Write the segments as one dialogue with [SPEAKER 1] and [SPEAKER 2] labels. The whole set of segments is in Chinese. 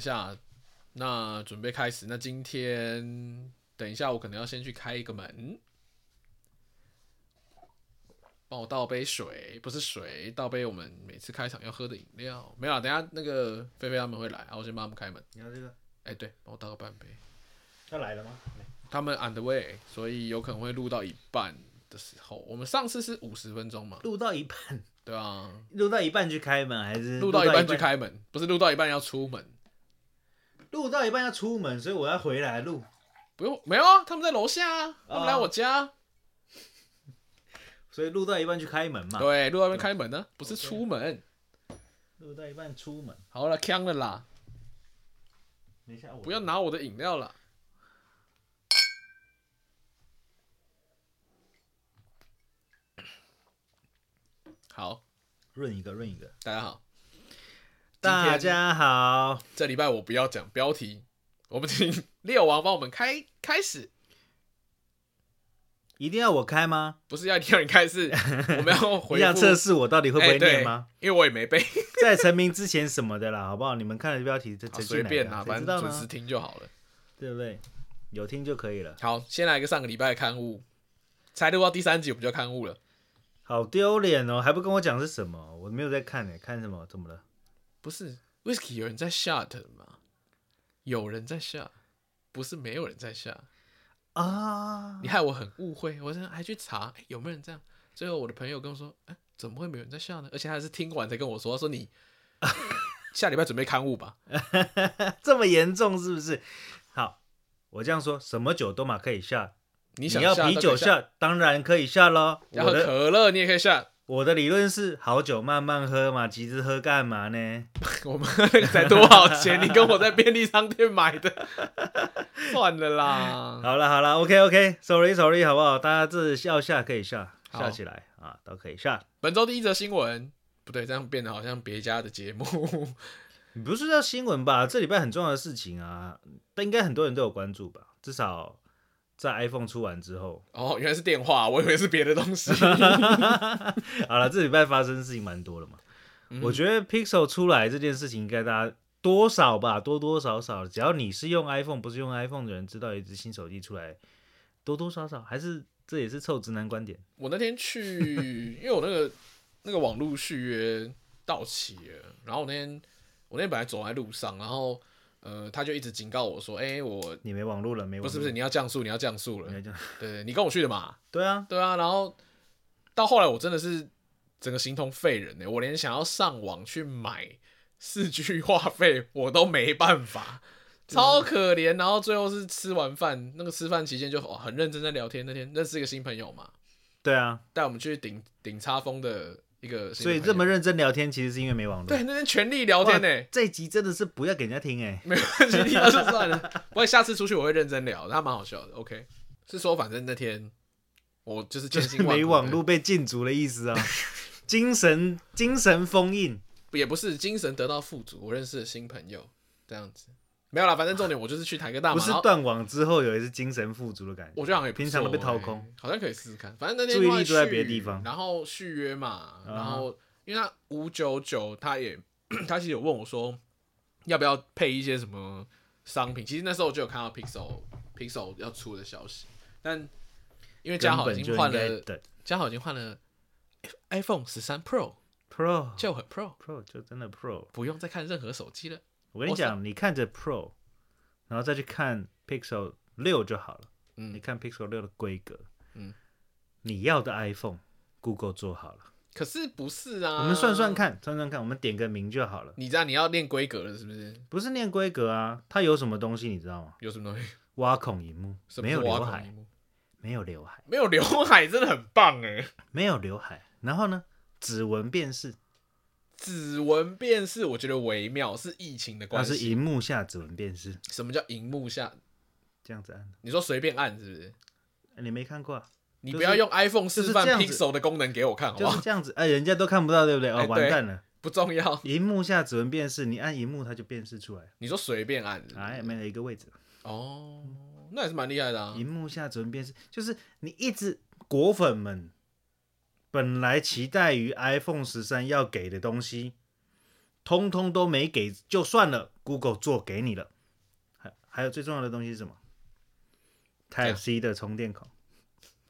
[SPEAKER 1] 下，那准备开始。那今天等一下，我可能要先去开一个门，帮我倒杯水，不是水，倒杯我们每次开场要喝的饮料。没有啊，等一下那个菲菲他们会来，啊，我先帮他们开门。
[SPEAKER 2] 你看这个
[SPEAKER 1] 哎、对，帮我倒个半杯。
[SPEAKER 2] 要来了吗？
[SPEAKER 1] 他们 on the way，所以有可能会录到一半的时候。我们上次是五十分钟嘛，
[SPEAKER 2] 录到一半，
[SPEAKER 1] 对啊，
[SPEAKER 2] 录到一半去开门还是
[SPEAKER 1] 录到一半去？开门，不是录到一半要出门。
[SPEAKER 2] 录到一半要出门，所以我要回来录。
[SPEAKER 1] 不用，没有啊，他们在楼下啊，他们来我家啊。
[SPEAKER 2] 所以录到一半去开门嘛。
[SPEAKER 1] 对，录到一半开门呢、不是
[SPEAKER 2] OK
[SPEAKER 1] 出门。
[SPEAKER 2] 录到一半出门，
[SPEAKER 1] 好了，呛了啦，
[SPEAKER 2] 等一下我
[SPEAKER 1] 不要拿我的饮料啦。好，
[SPEAKER 2] 润一个润一个。
[SPEAKER 1] 大家好，今天
[SPEAKER 2] 大家好，
[SPEAKER 1] 这礼拜我不要讲标题，我们请 猎王帮我们开开始，
[SPEAKER 2] 一定要我开吗？
[SPEAKER 1] 不是要你让你开始，我们要回
[SPEAKER 2] 你
[SPEAKER 1] 复
[SPEAKER 2] 想测试我到底会不
[SPEAKER 1] 哎
[SPEAKER 2] 会
[SPEAKER 1] 对
[SPEAKER 2] 念吗？
[SPEAKER 1] 因为我也没背，
[SPEAKER 2] 在成名之前什么的啦，好不好？你们看了标题这
[SPEAKER 1] 好
[SPEAKER 2] 这
[SPEAKER 1] 随便
[SPEAKER 2] 啊，
[SPEAKER 1] 啦，
[SPEAKER 2] 谁
[SPEAKER 1] 反
[SPEAKER 2] 知道
[SPEAKER 1] 正准时
[SPEAKER 2] 呢？
[SPEAKER 1] 听就好了。
[SPEAKER 2] 对不对？有听就可以了。
[SPEAKER 1] 好，先来一个上个礼拜的刊物，才录到第三集我们就要刊物了。
[SPEAKER 2] 好丢脸哦，还不跟我讲是什么？我没有在看呢、看什么？怎么了？
[SPEAKER 1] 不是 whisky 有人在下的吗？有人在下，不是没有人在下。
[SPEAKER 2] 啊
[SPEAKER 1] 你害我很误会，我真的还去查、哎有没有人这样。最后我的朋友跟我说，哎、怎么会没有人在下呢？而且他是听完才跟我说，他说 你下礼拜准备刊物吧。
[SPEAKER 2] 这么严重是不是？好，我这样说，什么酒都嘛可以下，
[SPEAKER 1] 你
[SPEAKER 2] 你
[SPEAKER 1] 想
[SPEAKER 2] 要
[SPEAKER 1] 下
[SPEAKER 2] 啤
[SPEAKER 1] 都可以
[SPEAKER 2] 酒
[SPEAKER 1] 下，
[SPEAKER 2] 下，当然可以下喽。
[SPEAKER 1] 然后
[SPEAKER 2] 我的
[SPEAKER 1] 可乐你也可以下。
[SPEAKER 2] 我的理论是好酒慢慢喝嘛，急着喝干嘛呢？
[SPEAKER 1] 我们那个才多少 钱？你跟我在便利商店买的，算了啦。
[SPEAKER 2] 好了好了，OK OK，Sorry Sorry，好不好？大家这要下可以下，
[SPEAKER 1] 好
[SPEAKER 2] 下起来啊，都可以下。
[SPEAKER 1] 本周第一则新闻，不对，这样变得好像别家的节目。
[SPEAKER 2] 你不是要新闻吧？这礼拜很重要的事情啊，但应该很多人都有关注吧？至少在 iPhone 出完之后，
[SPEAKER 1] 哦，原来是电话，我以为是别的东西。
[SPEAKER 2] 好了，这礼拜发生的事情蛮多的嘛。
[SPEAKER 1] 嗯
[SPEAKER 2] 我觉得 Pixel 出来这件事情，应该大家多少吧，多多少少，只要你是用 iPhone 不是用 iPhone 的人，知道一只新手机出来，多多少少还是这也是臭直男观点。
[SPEAKER 1] 我那天去，因为我那个那个网络续约到期了，然后我那天我那天本来走在路上，然后呃，他就一直警告我说：“哎、我
[SPEAKER 2] 你没网络了，没网
[SPEAKER 1] 不
[SPEAKER 2] 络
[SPEAKER 1] 是不是，，你要降速，你要降速了。
[SPEAKER 2] 你这样
[SPEAKER 1] 对，你跟我去的嘛。
[SPEAKER 2] 对啊，
[SPEAKER 1] 对啊，然后到后来我真的是整个形同废人欸呢、我连想要上网去买四 G 话费我都没办法， 超可怜。然后最后是吃完饭，那个吃饭期间就、哦很认真在聊天。那天认识一个新朋友嘛，
[SPEAKER 2] 对啊，
[SPEAKER 1] 带我们去顶顶叉风的一个新的
[SPEAKER 2] 所以
[SPEAKER 1] 朋
[SPEAKER 2] 这么
[SPEAKER 1] 友
[SPEAKER 2] 认真聊天，其实是因为没网络。
[SPEAKER 1] 对，那天全力聊
[SPEAKER 2] 哇，
[SPEAKER 1] 天欸呢、
[SPEAKER 2] 这一集真的是不要给人家听哎、
[SPEAKER 1] 没关系，听到就算了。不过下次出去我会认真聊，他蛮好笑的。OK，是说反正那天我就是
[SPEAKER 2] 就
[SPEAKER 1] 千
[SPEAKER 2] 是
[SPEAKER 1] 辛万
[SPEAKER 2] 没
[SPEAKER 1] 苦
[SPEAKER 2] 网
[SPEAKER 1] 地
[SPEAKER 2] 络被禁足的意思啊，精神精神封印。
[SPEAKER 1] 也不是精神得到富足，我认识的新朋友这样子，没有啦，反正重点我就是去谈个大
[SPEAKER 2] 不
[SPEAKER 1] 嘛，
[SPEAKER 2] 是
[SPEAKER 1] 然后
[SPEAKER 2] 断网之后有一次精神富足的感觉，
[SPEAKER 1] 我觉得好像也不错
[SPEAKER 2] 平常都被掏空
[SPEAKER 1] 欸，好像可以试试看，反正那天
[SPEAKER 2] 注意力
[SPEAKER 1] 后来
[SPEAKER 2] 都在
[SPEAKER 1] 续
[SPEAKER 2] 别的地方啊
[SPEAKER 1] 然后续约嘛，
[SPEAKER 2] 哈
[SPEAKER 1] 然后因为他五九九，他也他其实有问我说要不要配一些什么商品，其实那时候我就有看到 Pixel Pixel 要出的消息，但因为嘉
[SPEAKER 2] 根
[SPEAKER 1] 好
[SPEAKER 2] 本
[SPEAKER 1] 已
[SPEAKER 2] 就
[SPEAKER 1] 经换
[SPEAKER 2] 应该
[SPEAKER 1] 了，
[SPEAKER 2] 等
[SPEAKER 1] 嘉好已经换了 iPhone 十三 Pro，
[SPEAKER 2] Pro
[SPEAKER 1] 就很 Pro，
[SPEAKER 2] Pro 就真的 Pro。
[SPEAKER 1] 不用再看任何手机了。
[SPEAKER 2] 我跟你讲，你看着 Pro，然后再去看 Pixel 六就好了。
[SPEAKER 1] 嗯
[SPEAKER 2] 你看 Pixel 六的规格，
[SPEAKER 1] 嗯，
[SPEAKER 2] 你要的 iPhone，Google 做好了。
[SPEAKER 1] 可是不是啊？
[SPEAKER 2] 我们算算看，算算看，我们点个名就好了。
[SPEAKER 1] 你知道你要练规格了是不是？
[SPEAKER 2] 不是念规格啊，它有什么东西你知道吗？
[SPEAKER 1] 有什么东西？
[SPEAKER 2] 挖孔荧幕，
[SPEAKER 1] 什么
[SPEAKER 2] 没
[SPEAKER 1] 是
[SPEAKER 2] 有
[SPEAKER 1] 挖
[SPEAKER 2] 刘
[SPEAKER 1] 孔
[SPEAKER 2] 海
[SPEAKER 1] 荧，幕
[SPEAKER 2] 没有刘海，
[SPEAKER 1] 没有刘海真的很棒哎！
[SPEAKER 2] 没有刘海。然后呢，指纹辨识，
[SPEAKER 1] 指纹辨识我觉得微妙，是疫情的
[SPEAKER 2] 它
[SPEAKER 1] 关
[SPEAKER 2] 是
[SPEAKER 1] 系。
[SPEAKER 2] 荧幕下指纹辨识，
[SPEAKER 1] 什么叫荧幕下？
[SPEAKER 2] 这样子按的。
[SPEAKER 1] 你说随便按是不是？
[SPEAKER 2] 哎你没看过、啊，
[SPEAKER 1] 你
[SPEAKER 2] 就
[SPEAKER 1] 不
[SPEAKER 2] 是
[SPEAKER 1] 要用 iPhone
[SPEAKER 2] 就是
[SPEAKER 1] 示范
[SPEAKER 2] 这样子
[SPEAKER 1] Pixel 的功能给我看好不
[SPEAKER 2] 就是
[SPEAKER 1] 好？
[SPEAKER 2] 这样子。哎，人家都看不到，对不对？
[SPEAKER 1] 哎
[SPEAKER 2] 哦，
[SPEAKER 1] 对
[SPEAKER 2] 完蛋了。
[SPEAKER 1] 不重要。
[SPEAKER 2] 荧幕下指纹辨识，你按荧幕它就辨识出来，
[SPEAKER 1] 你说随便按是不是
[SPEAKER 2] 哎，没了一个位置。
[SPEAKER 1] 哦，那也是蛮厉害的啊。
[SPEAKER 2] 荧幕下指纹辨识就是你一直果粉们本来期待于 iPhone 十三要给的东西，通通都没给就算了，Google 做给你了。还还有最重要的东西是什么？Type C 的充电口，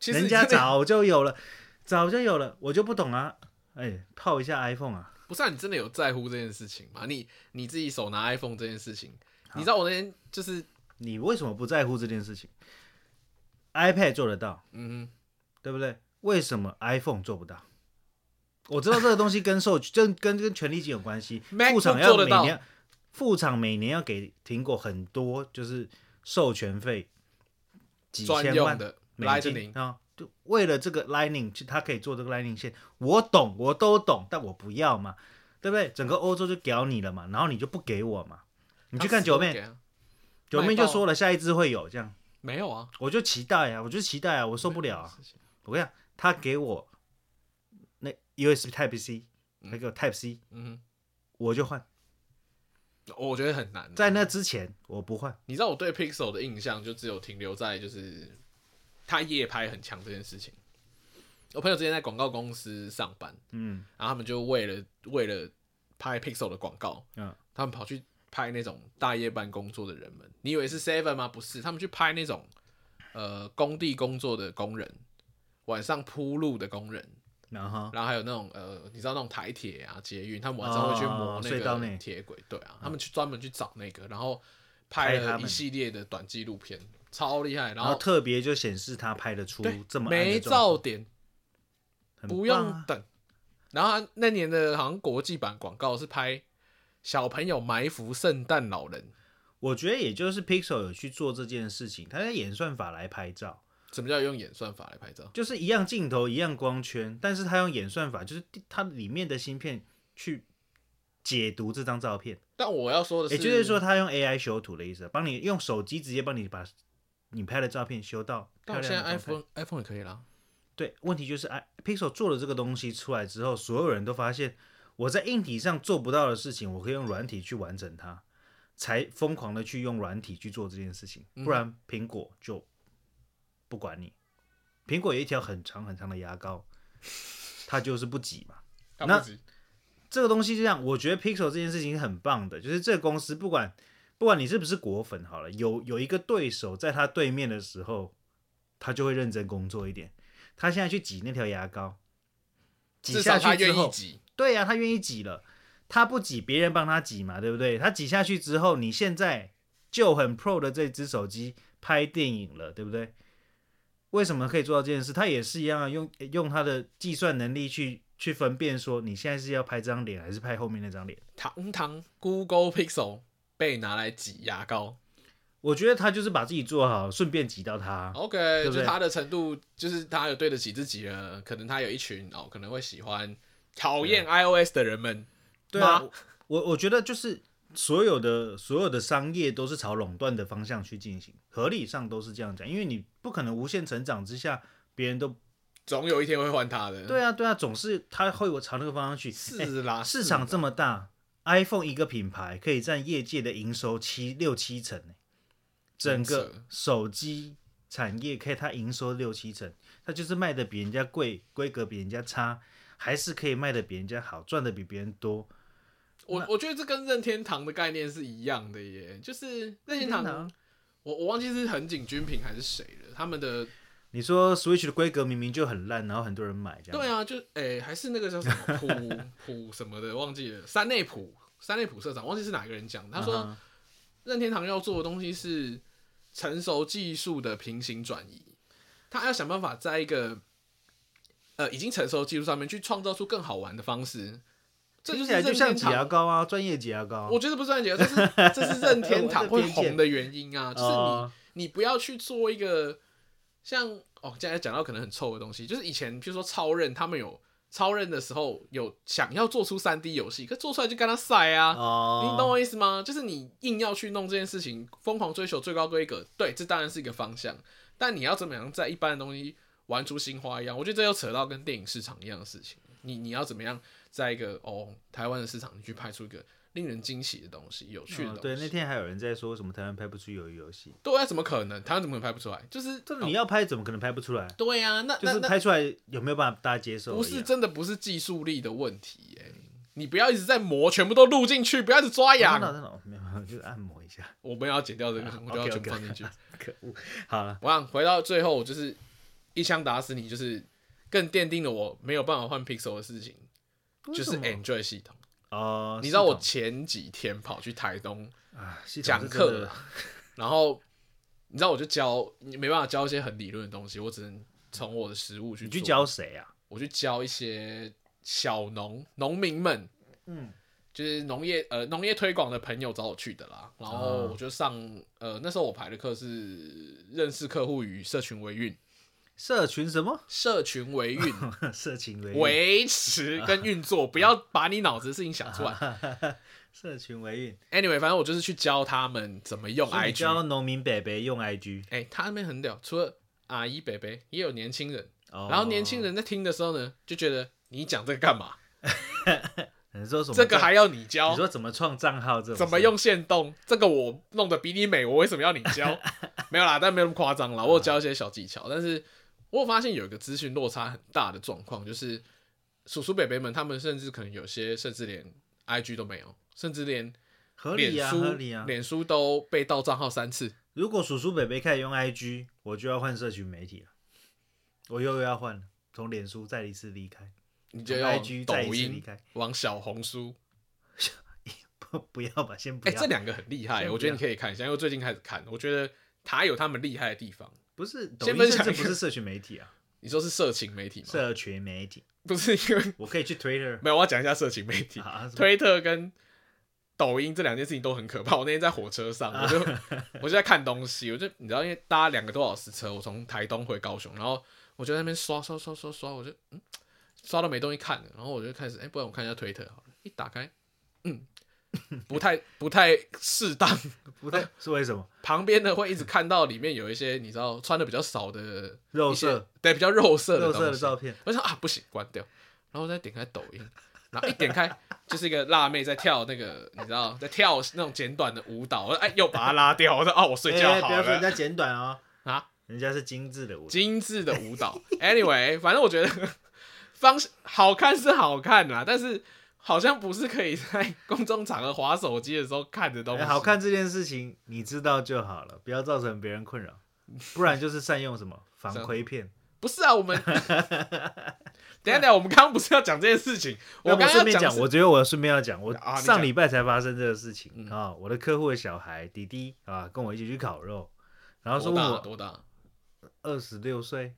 [SPEAKER 1] 其实
[SPEAKER 2] 人家
[SPEAKER 1] 真的
[SPEAKER 2] 早就有了，早就有了，我就不懂啊。哎，泡一下 iPhone 啊，
[SPEAKER 1] 不是、啊、你真的有在乎这件事情吗？你你自己手拿 iPhone 这件事情，你知道我那天就是
[SPEAKER 2] 你为什么不在乎这件事情？iPad 做得到，
[SPEAKER 1] 嗯哼，
[SPEAKER 2] 对不对？为什么 iPhone 做不到？我知道这个东西跟 授跟跟跟权利金有关系，
[SPEAKER 1] MacBook
[SPEAKER 2] 副厂要
[SPEAKER 1] 做
[SPEAKER 2] 每
[SPEAKER 1] 得到
[SPEAKER 2] 年副厂每年要给苹果很多就是授权费，几
[SPEAKER 1] 专
[SPEAKER 2] 千
[SPEAKER 1] 用
[SPEAKER 2] 万
[SPEAKER 1] 的
[SPEAKER 2] 美金
[SPEAKER 1] Lightning，
[SPEAKER 2] 啊。就为了这个 Lightning，去它可以做这个 Lightning 线，我懂，我都懂，但我不要嘛，对不对？整个欧洲就屌你了嘛，然后你就不给我嘛，你去看九
[SPEAKER 1] 他
[SPEAKER 2] 妹，
[SPEAKER 1] 死都不给啊
[SPEAKER 2] 九妹就
[SPEAKER 1] 卖爆
[SPEAKER 2] 说了下一支会有这样，
[SPEAKER 1] 没有啊，
[SPEAKER 2] 我就期待啊，我就期待啊，我受不了啊！我跟你讲，他给我那 USB Type C，他给我 Type C，
[SPEAKER 1] 嗯
[SPEAKER 2] 我就换。
[SPEAKER 1] 哼，我觉得很难啊、
[SPEAKER 2] 在那之前我不换，
[SPEAKER 1] 你知道我对 Pixel 的印象就只有停留在就是它夜拍很强这件事情。我朋友之前在广告公司上班，
[SPEAKER 2] 嗯
[SPEAKER 1] 然后他们就为了为了拍 Pixel 的广告，
[SPEAKER 2] 嗯，
[SPEAKER 1] 他们跑去拍那种大夜班工作的人们。你以为是 Seven 吗？不是，他们去拍那种呃工地工作的工人，晚上铺路的工人，
[SPEAKER 2] 然后
[SPEAKER 1] 然后还有那种呃，你知道那种台铁啊、捷运，他们晚上会去磨那
[SPEAKER 2] 哦隧道内嗯
[SPEAKER 1] 个铁轨，对啊，他们去专门去找那个，然后拍
[SPEAKER 2] 拍他
[SPEAKER 1] 了
[SPEAKER 2] 们
[SPEAKER 1] 一系列的短纪录片，超厉害。然
[SPEAKER 2] 然后
[SPEAKER 1] 后
[SPEAKER 2] 特别就显示他拍得出
[SPEAKER 1] 对，
[SPEAKER 2] 这么暗的
[SPEAKER 1] 没
[SPEAKER 2] 状
[SPEAKER 1] 噪
[SPEAKER 2] 况，
[SPEAKER 1] 点，
[SPEAKER 2] 很
[SPEAKER 1] 不
[SPEAKER 2] 棒
[SPEAKER 1] 用
[SPEAKER 2] 啊
[SPEAKER 1] 等。然后他那年的好像国际版广告是拍小朋友埋伏圣诞老人，
[SPEAKER 2] 我觉得也就是 Pixel 有去做这件事情，他在演算法来拍照。
[SPEAKER 1] 什么叫用演算法来拍照？
[SPEAKER 2] 就是一样镜头，一样光圈，但是它用演算法，就是它里面的芯片去解读这张照片，
[SPEAKER 1] 但我要说的是，
[SPEAKER 2] 也就是说，，它用 AI 修图的意思，帮你用手机直接帮你把你拍的照片修到
[SPEAKER 1] 但
[SPEAKER 2] 漂
[SPEAKER 1] 我
[SPEAKER 2] 亮
[SPEAKER 1] 现
[SPEAKER 2] 的
[SPEAKER 1] 在
[SPEAKER 2] 状态。
[SPEAKER 1] iPhone iPhone 也可以啦，
[SPEAKER 2] 对，问题就是 i Pixel 做了这个东西出来之后，所有人都发现我在硬体上做不到的事情，我可以用软体去完成它，才疯狂的去用软体去做这件事情，
[SPEAKER 1] 嗯
[SPEAKER 2] 不然苹果就不管你。苹果有一条很长很长的牙膏，它就是不挤嘛。
[SPEAKER 1] 啊
[SPEAKER 2] 那
[SPEAKER 1] 不止
[SPEAKER 2] 这个东西这样，我觉得 Pixel 这件事情很棒的，就是这个公司不管不管你是不是果粉好了，有有一个对手在他对面的时候，他就会认真工作一点。他现在去挤那条牙膏，挤
[SPEAKER 1] 至
[SPEAKER 2] 下
[SPEAKER 1] 少他
[SPEAKER 2] 去之
[SPEAKER 1] 愿意
[SPEAKER 2] 后，
[SPEAKER 1] 挤，
[SPEAKER 2] 对啊呀、他愿意挤了，他不挤，别人帮他挤嘛，对不对？他挤下去之后，你现在就很 pro 的这只手机拍电影了，对不对？为什么可以做到这件事？他也是一样啊，用用他的计算能力去去分辨说，你现在是要拍这张脸还是拍后面那张脸。
[SPEAKER 1] 堂堂 Google Pixel 被拿来挤牙膏。
[SPEAKER 2] 我觉得他就是把自己做好，顺便挤到他。
[SPEAKER 1] OK，
[SPEAKER 2] 不
[SPEAKER 1] 就是
[SPEAKER 2] 对
[SPEAKER 1] 他的程度，就是他有对得起自己了。可能他有一群哦，可能会喜欢讨厌 iOS 的人们。
[SPEAKER 2] 啊对啊
[SPEAKER 1] 吗，
[SPEAKER 2] 我我觉得就是所有的所有的商业都是朝垄断的方向去进行，合理上都是这样讲，因为你不可能无限成长之下，别人都
[SPEAKER 1] 总有一天会换他的。，啊
[SPEAKER 2] 对啊对啊，总是他会有朝那个方向去。哎
[SPEAKER 1] 是啦，
[SPEAKER 2] 市场
[SPEAKER 1] 是啦
[SPEAKER 2] 这么大，iPhone 一个品牌可以占业界的营收七六七成、哎整
[SPEAKER 1] 真
[SPEAKER 2] 个
[SPEAKER 1] 扯
[SPEAKER 2] 手机产业可以它营收六七成，它就是卖的比人家贵，规格比人家差，还是可以卖的比人家好，赚的比别人多。
[SPEAKER 1] 我我觉得这跟任天堂的概念是一样的耶。就是任天堂，我我忘记是横井军平还是谁了，他们的
[SPEAKER 2] 你说 Switch 的规格明明就很烂，然后很多人买这样。
[SPEAKER 1] 对啊，就诶、还是那个叫什么 普普什么的，忘记了。山内普，山内普社长，忘记是哪个人讲的，他说。
[SPEAKER 2] 嗯哼
[SPEAKER 1] 任天堂要做的东西是成熟技术的平行转移，他要想办法在一个呃已经成熟的技术上面去创造出更好玩的方式。这就
[SPEAKER 2] 听
[SPEAKER 1] 是
[SPEAKER 2] 起来
[SPEAKER 1] 任
[SPEAKER 2] 就像
[SPEAKER 1] 天
[SPEAKER 2] 挤牙
[SPEAKER 1] 堂，
[SPEAKER 2] 膏啊，专业挤牙膏。
[SPEAKER 1] 我觉得不是任天 堂，这是这是任天堂
[SPEAKER 2] 我
[SPEAKER 1] 会
[SPEAKER 2] 的偏见
[SPEAKER 1] 红的原因啊，就是你
[SPEAKER 2] 哦
[SPEAKER 1] 你不要去做一个像哦，现在讲到可能很臭的东西，就是以前比如说超任他们有超任的时候有想要做出三 D 游戏，可做出来就跟他赛啊，
[SPEAKER 2] 哦，
[SPEAKER 1] 你懂我意思吗？就是你硬要去弄这件事情，疯狂追求最高规格，对，这当然是一个方向。但你要怎么样在一般的东西玩出新花样？我觉得这又扯到跟电影市场一样的事情。你你要怎么样在一个哦台湾的市场，你去拍出一个令人惊喜的东西、有趣的
[SPEAKER 2] 哦
[SPEAKER 1] 东西？
[SPEAKER 2] 对，那天还有人在说什么台湾拍不出鱿鱼游戏，
[SPEAKER 1] 对啊，怎么可能？台湾怎么可能拍不出来？就是
[SPEAKER 2] 这
[SPEAKER 1] 哦
[SPEAKER 2] 你要拍怎么可能拍不出来？
[SPEAKER 1] 对啊，那
[SPEAKER 2] 就是
[SPEAKER 1] 那那
[SPEAKER 2] 拍出来有没有办法大家接受而已啊？
[SPEAKER 1] 不是真的不是技术力的问题耶、欸你不要一直在磨，全部都录进去，不要一直抓
[SPEAKER 2] 哦 真
[SPEAKER 1] 痒。
[SPEAKER 2] 的啊真的没有没有，就是按摩一下。
[SPEAKER 1] 我们要剪掉这个，我就要
[SPEAKER 2] OK，OK
[SPEAKER 1] 全部放进去。
[SPEAKER 2] 可恶，好了，
[SPEAKER 1] 我想回到最后，就是一枪打死你，就是更奠定了我没有办法换 Pixel 的事情，就
[SPEAKER 2] 为
[SPEAKER 1] 是
[SPEAKER 2] 什么
[SPEAKER 1] Android 系统。
[SPEAKER 2] 哦，
[SPEAKER 1] 你知道我
[SPEAKER 2] 系
[SPEAKER 1] 前几天跑去台东，
[SPEAKER 2] 统啊，系统
[SPEAKER 1] 讲
[SPEAKER 2] 是真
[SPEAKER 1] 课
[SPEAKER 2] 的
[SPEAKER 1] 然后你知道我就教，你没办法教一些很理论的东西，我只能从我的实物去
[SPEAKER 2] 你去
[SPEAKER 1] 做
[SPEAKER 2] 教谁啊？
[SPEAKER 1] 我去教一些小农农民们，
[SPEAKER 2] 嗯，
[SPEAKER 1] 就是农业呃农业推广的朋友找我去的啦，
[SPEAKER 2] 哦
[SPEAKER 1] 然后我就上、呃那时候我排的课是认识客户与社群维运，
[SPEAKER 2] 社群什么？
[SPEAKER 1] 社群维运
[SPEAKER 2] 社群维运，
[SPEAKER 1] 维持跟运作，不要把你脑子的事情想出
[SPEAKER 2] 啊
[SPEAKER 1] 来。
[SPEAKER 2] 社群维运。
[SPEAKER 1] Anyway，反正我就是去教他们怎么用
[SPEAKER 2] 所以你
[SPEAKER 1] IG。
[SPEAKER 2] 教农民伯伯用 IG，
[SPEAKER 1] 哎、他们很屌，除了阿姨、伯伯，也有年轻人。
[SPEAKER 2] 哦
[SPEAKER 1] 然后年轻人在听的时候呢，就觉得你讲这个干嘛？
[SPEAKER 2] 你说什么？
[SPEAKER 1] 这个还要你教
[SPEAKER 2] 你？说怎么创账号这种？
[SPEAKER 1] 怎么？用线动？这个我弄得比你美，我为什么要你 教？没有啦，但没有那么夸张
[SPEAKER 2] 啊
[SPEAKER 1] 啦。我有教一些小技巧，但是我有发现有一个资讯落差很大的状况，就是叔叔伯伯们，他们甚至可能有些甚至连 IG 都没有，甚至连
[SPEAKER 2] 合理
[SPEAKER 1] 脸
[SPEAKER 2] 啊，
[SPEAKER 1] 书、
[SPEAKER 2] 合理啊。
[SPEAKER 1] 脸书都被盗账号三次。
[SPEAKER 2] 如果叔叔北北开始用 IG，我就要换社群媒体了，我又要换了，从脸书再一次离开，
[SPEAKER 1] 你就
[SPEAKER 2] 从
[SPEAKER 1] 要往
[SPEAKER 2] IG 再一
[SPEAKER 1] 抖
[SPEAKER 2] 次离
[SPEAKER 1] 音
[SPEAKER 2] 开，
[SPEAKER 1] 往小红书，
[SPEAKER 2] 不不要吧，先不
[SPEAKER 1] 哎、
[SPEAKER 2] 要。
[SPEAKER 1] 这两个很厉害，
[SPEAKER 2] 先
[SPEAKER 1] 我觉得
[SPEAKER 2] 不要
[SPEAKER 1] 你可以看一下，因为我最近开始看，我觉得它有他们厉害的地方。
[SPEAKER 2] 不是抖
[SPEAKER 1] 先
[SPEAKER 2] 音，
[SPEAKER 1] 分享
[SPEAKER 2] 甚至
[SPEAKER 1] 一个哦
[SPEAKER 2] 不是社群媒体啊，
[SPEAKER 1] 你说是色情媒体吗？
[SPEAKER 2] 社群媒体，
[SPEAKER 1] 不是因为
[SPEAKER 2] 我可以去 Twitter
[SPEAKER 1] 没有，我要讲一下色情媒体。
[SPEAKER 2] 啊，什么
[SPEAKER 1] 推特跟抖音这两件事情都很可怕。我那天在火车上，我就
[SPEAKER 2] 啊
[SPEAKER 1] 我就在看东西，我就你知道，因为搭两个多小时车，我从台东回高雄，然后我就在那边刷刷刷刷刷，我就嗯刷到没东西看了，然后我就开始哎、不然我看一下推特好了，一打开，嗯，不太不太适当，
[SPEAKER 2] 不太是为什么？
[SPEAKER 1] 旁边呢会一直看到里面有一些你知道穿的比较少的
[SPEAKER 2] 肉
[SPEAKER 1] 一些
[SPEAKER 2] 色，
[SPEAKER 1] 对，比较肉色的
[SPEAKER 2] 肉色
[SPEAKER 1] 东
[SPEAKER 2] 的
[SPEAKER 1] 西
[SPEAKER 2] 照片，
[SPEAKER 1] 我想啊，不行，关掉。然后我再点开抖音，然后一点开就是一个辣妹在跳那个，你知道，在跳那种简短的舞蹈。我说哎，又把它拉掉。我说啊，我睡觉
[SPEAKER 2] 哎
[SPEAKER 1] 好
[SPEAKER 2] 不要说人
[SPEAKER 1] 了
[SPEAKER 2] 家简短哦，
[SPEAKER 1] 啊，
[SPEAKER 2] 人家是精致的舞蹈，
[SPEAKER 1] 精致的舞蹈。Anyway，反正我觉得方式好看是好看啦，但是好像不是可以在公众场合划手机的时候看的东西。
[SPEAKER 2] 哎好，看这件事情你知道就好了，不要造成别人困扰，不然就是善用什 么防窥片。
[SPEAKER 1] 不是啊？我 们等一下等一下，我们刚刚不是要讲这件事情？
[SPEAKER 2] 那
[SPEAKER 1] 我刚刚
[SPEAKER 2] 顺
[SPEAKER 1] 要
[SPEAKER 2] 便
[SPEAKER 1] 的
[SPEAKER 2] 讲，
[SPEAKER 1] 是
[SPEAKER 2] 我觉得我要顺便要讲，我
[SPEAKER 1] 啊你讲嗯
[SPEAKER 2] 上礼拜才发生这个事情啊、我的客户的小孩弟弟啊，跟我一起去烤肉，然后说
[SPEAKER 1] 多
[SPEAKER 2] 问
[SPEAKER 1] 大啊
[SPEAKER 2] 我
[SPEAKER 1] 多大？
[SPEAKER 2] 二十六岁，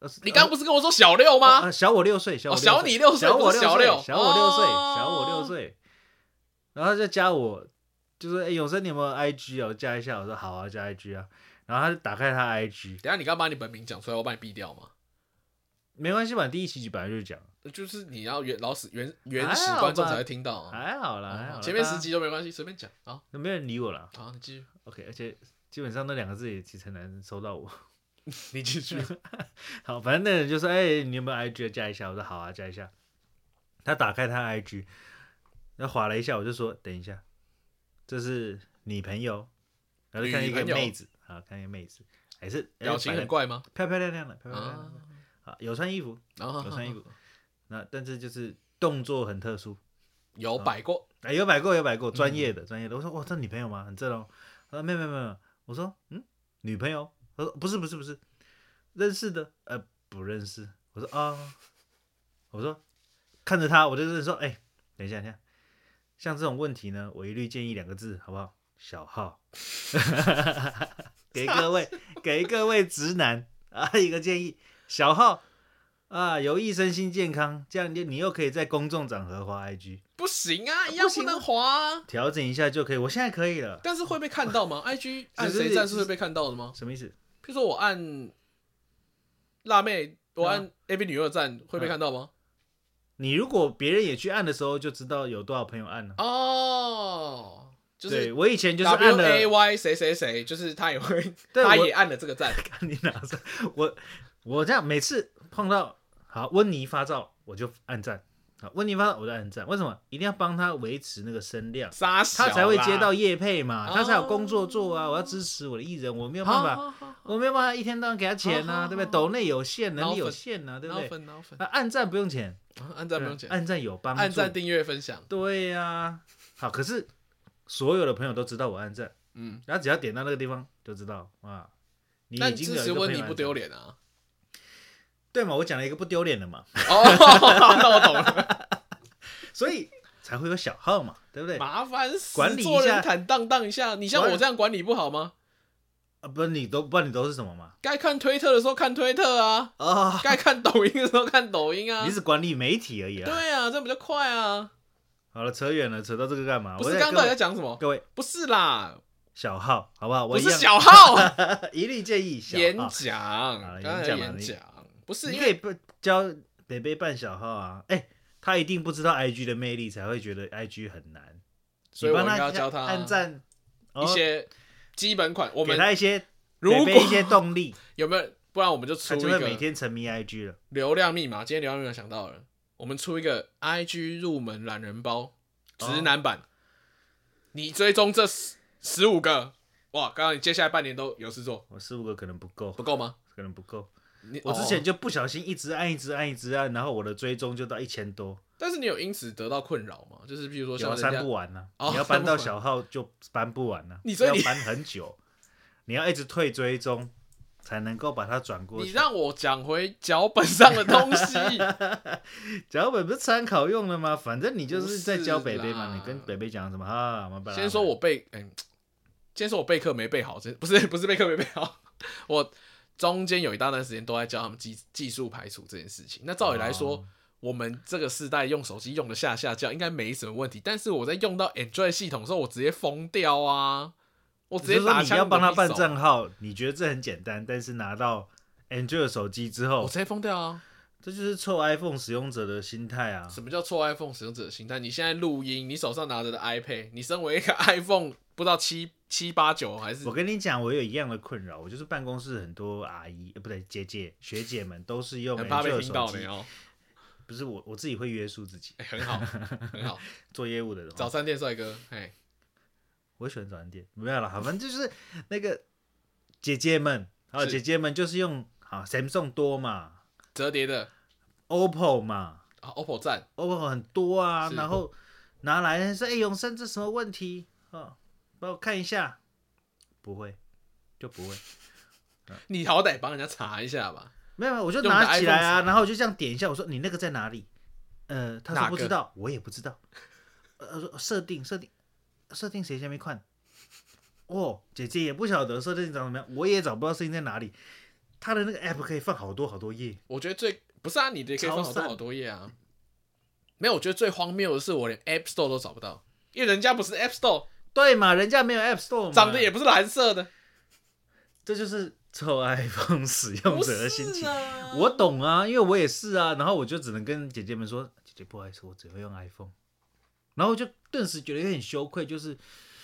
[SPEAKER 2] 二十
[SPEAKER 1] 你刚刚不是跟我说小六吗？
[SPEAKER 2] 啊小我六岁，小我
[SPEAKER 1] 哦
[SPEAKER 2] 岁
[SPEAKER 1] 小你六岁
[SPEAKER 2] 小我
[SPEAKER 1] 不是
[SPEAKER 2] 六
[SPEAKER 1] 小
[SPEAKER 2] 岁
[SPEAKER 1] 六
[SPEAKER 2] 小我六岁，
[SPEAKER 1] 哦
[SPEAKER 2] 小我六岁，然后他就加我，就是哎永生你有没有 IG 啊？我加一下，我说好啊，加 IG 啊，然后他就打开他 IG，
[SPEAKER 1] 等一下你刚把你本名讲出来，我把你毙掉吗？
[SPEAKER 2] 没关系吧，第一期本来就讲，
[SPEAKER 1] 就是你要原老死原原
[SPEAKER 2] 还
[SPEAKER 1] 始
[SPEAKER 2] 好吧
[SPEAKER 1] 观众才会听到啊。
[SPEAKER 2] 还好啦，还好
[SPEAKER 1] 哦
[SPEAKER 2] 啦，
[SPEAKER 1] 前面
[SPEAKER 2] 大家
[SPEAKER 1] 十集都没关系，随便讲啊。
[SPEAKER 2] 都没人理我啦。
[SPEAKER 1] 好，你继续，
[SPEAKER 2] OK，而且基本上那两个字也其实很难收到我。
[SPEAKER 1] 你继 续。
[SPEAKER 2] 好，反正那人就说：“哎、你有没有 IG 啊加一下？”我说：“好啊，加一下。”他打开他 IG，那划了一下，我就说：“等一下，这是你朋友。”然后就看一个
[SPEAKER 1] 女朋友
[SPEAKER 2] 妹子，啊，看一个妹子，还是哎
[SPEAKER 1] 表情
[SPEAKER 2] 反
[SPEAKER 1] 很
[SPEAKER 2] 正
[SPEAKER 1] 怪吗？
[SPEAKER 2] 漂漂亮亮的，漂漂亮
[SPEAKER 1] 啊
[SPEAKER 2] 亮的，，啊，有穿衣服，
[SPEAKER 1] 然后
[SPEAKER 2] 有穿衣服，那但是就是动作很特殊，
[SPEAKER 1] 有摆过，
[SPEAKER 2] 哎，有摆过，有摆过，专业的，专业的。我说：“哇，这女朋友吗？很正哦。”他说：“没有，没有，没有。”我说：“嗯，女朋友？”他说：“不是，不是，不是，认识的，呃，不认识。”我说：“啊、我说看着他，我就是说，哎、等一下，等一下，像这种问题呢，我一律建议两个字，好不好？小号， 给各位，给各位直男啊一个建议，小号啊，有益身心健康，这样你你又可以在公众场合滑 IG。”
[SPEAKER 1] 不行啊，一样不
[SPEAKER 2] 行啊
[SPEAKER 1] 能滑啊。
[SPEAKER 2] 调整一下就可以。我现在可以了，
[SPEAKER 1] 但是会被看到 吗？IG 按
[SPEAKER 2] 就是
[SPEAKER 1] 谁赞是会被看到的吗？
[SPEAKER 2] 什么意思？
[SPEAKER 1] 譬如说我按辣妹，我按 AB 女二赞会被看到吗？
[SPEAKER 2] 你如果别人也去按的时候，就知道有多少朋友按了。
[SPEAKER 1] 哦，就是
[SPEAKER 2] 对我以前就是按
[SPEAKER 1] W
[SPEAKER 2] 了
[SPEAKER 1] A，Y 谁谁谁，就是他也会，
[SPEAKER 2] 对
[SPEAKER 1] 他
[SPEAKER 2] 我
[SPEAKER 1] 也按了这个 赞。
[SPEAKER 2] 看 你哪是我我这样每次碰到好温妮发照，我就按赞。好，温妮发照我就按赞，为什么？一定要帮他维持那个声量，
[SPEAKER 1] 杀小
[SPEAKER 2] 他
[SPEAKER 1] 啦，
[SPEAKER 2] 才会接到业配嘛，
[SPEAKER 1] 哦
[SPEAKER 2] 他才有工作做啊！我要支持我的艺人，我没有办法，
[SPEAKER 1] 法。
[SPEAKER 2] 我没有办法一天到晚给他钱
[SPEAKER 1] 好好
[SPEAKER 2] 呐、
[SPEAKER 1] 好
[SPEAKER 2] 对不对？抖内有限，能力有
[SPEAKER 1] 哦脑粉
[SPEAKER 2] 限呐、啊对不
[SPEAKER 1] 脑
[SPEAKER 2] 对？
[SPEAKER 1] 粉脑粉
[SPEAKER 2] 那，按赞不用钱，
[SPEAKER 1] 啊按赞不用钱，
[SPEAKER 2] 按赞有帮助，
[SPEAKER 1] 按赞、订阅、分享，
[SPEAKER 2] 对呀、好，可是所有的朋友都知道我按赞，
[SPEAKER 1] 嗯，
[SPEAKER 2] 然后只要点到那个地方就知道啊，你
[SPEAKER 1] 但
[SPEAKER 2] 已经
[SPEAKER 1] 支
[SPEAKER 2] 有一
[SPEAKER 1] 持
[SPEAKER 2] 个
[SPEAKER 1] 温
[SPEAKER 2] 朋
[SPEAKER 1] 妮
[SPEAKER 2] 友
[SPEAKER 1] 不
[SPEAKER 2] 按
[SPEAKER 1] 丢
[SPEAKER 2] 赞，
[SPEAKER 1] 脸啊。
[SPEAKER 2] 对嘛？我讲了一个不丢脸 的嘛，
[SPEAKER 1] 哦，那我懂 了，
[SPEAKER 2] 所以才会有小号嘛，对不对？啊，
[SPEAKER 1] 麻烦死，
[SPEAKER 2] 管理一下
[SPEAKER 1] 做人坦荡荡一下。你像我这样管理不好吗？
[SPEAKER 2] 啊不是你都不然你都是什么嘛？
[SPEAKER 1] 该看推特的时候看推特 啊，
[SPEAKER 2] 啊、
[SPEAKER 1] 该看抖音的时候看抖音啊
[SPEAKER 2] 你。只管理媒体而已啊。
[SPEAKER 1] 对啊，这样比较快啊。
[SPEAKER 2] 好了，扯远了，扯到这个干嘛？
[SPEAKER 1] 不
[SPEAKER 2] 啊我
[SPEAKER 1] 是
[SPEAKER 2] 在
[SPEAKER 1] 刚刚
[SPEAKER 2] 各
[SPEAKER 1] 到
[SPEAKER 2] 位
[SPEAKER 1] 底在讲什么？
[SPEAKER 2] 各位
[SPEAKER 1] 不是啦，
[SPEAKER 2] 小号好不好？
[SPEAKER 1] 不
[SPEAKER 2] 我一
[SPEAKER 1] 是
[SPEAKER 2] 样
[SPEAKER 1] 小号
[SPEAKER 2] 一律建议 小
[SPEAKER 1] 演
[SPEAKER 2] 号，
[SPEAKER 1] 讲，
[SPEAKER 2] 了
[SPEAKER 1] 刚才
[SPEAKER 2] 演讲嘛
[SPEAKER 1] 演
[SPEAKER 2] 你
[SPEAKER 1] 讲不是
[SPEAKER 2] 你
[SPEAKER 1] 因
[SPEAKER 2] 可以
[SPEAKER 1] 为
[SPEAKER 2] 不教北北办小号啊。哎、他一定不知道 IG 的魅力，才会觉得 IG 很难。
[SPEAKER 1] 所以我
[SPEAKER 2] 你
[SPEAKER 1] 应该
[SPEAKER 2] 帮他
[SPEAKER 1] 要教他
[SPEAKER 2] 按赞，哦
[SPEAKER 1] 一些基本款。我
[SPEAKER 2] 哦，给
[SPEAKER 1] 们
[SPEAKER 2] 他一些
[SPEAKER 1] 如果
[SPEAKER 2] 北北一些 动力，
[SPEAKER 1] 有没有？不然我们就出
[SPEAKER 2] 他
[SPEAKER 1] 一
[SPEAKER 2] 就会每
[SPEAKER 1] 个
[SPEAKER 2] 天沉迷 IG 了。
[SPEAKER 1] 流量密码。今天流量密码想到了，我们出一个 IG 入门懒人包，
[SPEAKER 2] 哦
[SPEAKER 1] 直男版。你追踪这十十五个，哇！刚刚你接下来半年都有事做，
[SPEAKER 2] 我十五个可能不够，
[SPEAKER 1] 不够吗？
[SPEAKER 2] 可能不够。
[SPEAKER 1] 你
[SPEAKER 2] 我之前
[SPEAKER 1] 哦
[SPEAKER 2] 就不小心一直按，一直按，一直按，然后我的追踪就到一千多，
[SPEAKER 1] 但是你有因此得到困扰吗？就是比如说
[SPEAKER 2] 有
[SPEAKER 1] 像
[SPEAKER 2] 啊删
[SPEAKER 1] 人
[SPEAKER 2] 不
[SPEAKER 1] 家，
[SPEAKER 2] 完呢、
[SPEAKER 1] 哦
[SPEAKER 2] 你要 搬到小号就搬不完呢、
[SPEAKER 1] 你所以
[SPEAKER 2] 要
[SPEAKER 1] 你
[SPEAKER 2] 搬很久，你要一直退追踪才能够把它转过
[SPEAKER 1] 你
[SPEAKER 2] 去。
[SPEAKER 1] 让我讲回脚本上的东 西。
[SPEAKER 2] 脚本不是参考用的吗？反正你就是在教北北
[SPEAKER 1] 不是
[SPEAKER 2] 嘛，
[SPEAKER 1] 啦
[SPEAKER 2] 你跟北北讲什么啊？麻烦
[SPEAKER 1] 先说我备，嗯、先说我备课没备好，真不是 不是备课没备好，我中间有一大段时间都在教他们技技术排除这件事情。那照理来说，
[SPEAKER 2] 哦
[SPEAKER 1] 我们这个世代用手机用的下下叫应该没什么问题，但是我在用到 Android 系统的时候，我直接疯掉啊！我直
[SPEAKER 2] 只是
[SPEAKER 1] 接
[SPEAKER 2] 说
[SPEAKER 1] 打
[SPEAKER 2] 你
[SPEAKER 1] 枪
[SPEAKER 2] 要帮他办
[SPEAKER 1] 证，
[SPEAKER 2] 账号，你觉得这很简单，但是拿到 Android 手机之
[SPEAKER 1] 我
[SPEAKER 2] 后，
[SPEAKER 1] 直接疯掉啊！
[SPEAKER 2] 这就是臭 iPhone 使用者的心态啊。
[SPEAKER 1] 什么叫错 iPhone 使用者的心态？你现在录音，你手上拿着的 iPad，你身为一个 iPhone 不知道七七八九还是
[SPEAKER 2] 我跟你讲，我有一样的困扰，我就是办公室很多阿姨，呃、不对，姐姐、学姐们都是用
[SPEAKER 1] 很怕被
[SPEAKER 2] Android
[SPEAKER 1] 听到
[SPEAKER 2] 手
[SPEAKER 1] 的
[SPEAKER 2] 机，
[SPEAKER 1] 哦、
[SPEAKER 2] 不是我我自己会约束自己
[SPEAKER 1] 哎很好，很好。
[SPEAKER 2] 做业务的人哦，
[SPEAKER 1] 早餐店帅哥，哎，
[SPEAKER 2] 我喜欢早餐店，没有了，好反正就是那个姐姐们，啊，
[SPEAKER 1] 是
[SPEAKER 2] 姐姐们就是用好 Samsung 多嘛
[SPEAKER 1] 折叠的
[SPEAKER 2] ，OPPO 嘛
[SPEAKER 1] 啊，OPPO 赞，
[SPEAKER 2] ，OPPO 很多啊，
[SPEAKER 1] 是
[SPEAKER 2] 然后拿来说，哎、永生这什么问题啊？帮我看一下，不会，就不会，
[SPEAKER 1] 你好歹帮人家查一下吧。
[SPEAKER 2] 没有，没有我就
[SPEAKER 1] 用你的
[SPEAKER 2] 拿起来
[SPEAKER 1] iPhone
[SPEAKER 2] 啊，
[SPEAKER 1] 查
[SPEAKER 2] 然后我就这样点一下，我说你那个在哪里？呃，他
[SPEAKER 1] 哪
[SPEAKER 2] 说
[SPEAKER 1] 个
[SPEAKER 2] 不知道，我也不知道，呃，说设定设定设定谁先没看？哦，姐姐也不晓得设定长什么样，我也找不到设定在哪里。他的那个 app 可以放好多好多页，
[SPEAKER 1] 我觉得最不是啊，你的也可以放好
[SPEAKER 2] 超
[SPEAKER 1] 多
[SPEAKER 2] 散
[SPEAKER 1] 好多页啊。没有，我觉得最荒谬的是，我连 App Store 都找不到，因为人家不是 App Store，
[SPEAKER 2] 对嘛？人家没有 app store，嘛
[SPEAKER 1] 长得也，不是蓝色的，
[SPEAKER 2] 这就是臭 iPhone 使用
[SPEAKER 1] 不
[SPEAKER 2] 者的心
[SPEAKER 1] 是
[SPEAKER 2] 情。
[SPEAKER 1] 啊。
[SPEAKER 2] 我懂啊，因为我也是啊，然后我就只能跟姐姐们说，姐姐不好意思，我只会用 iPhone，然后我就顿时觉得有点羞愧，就是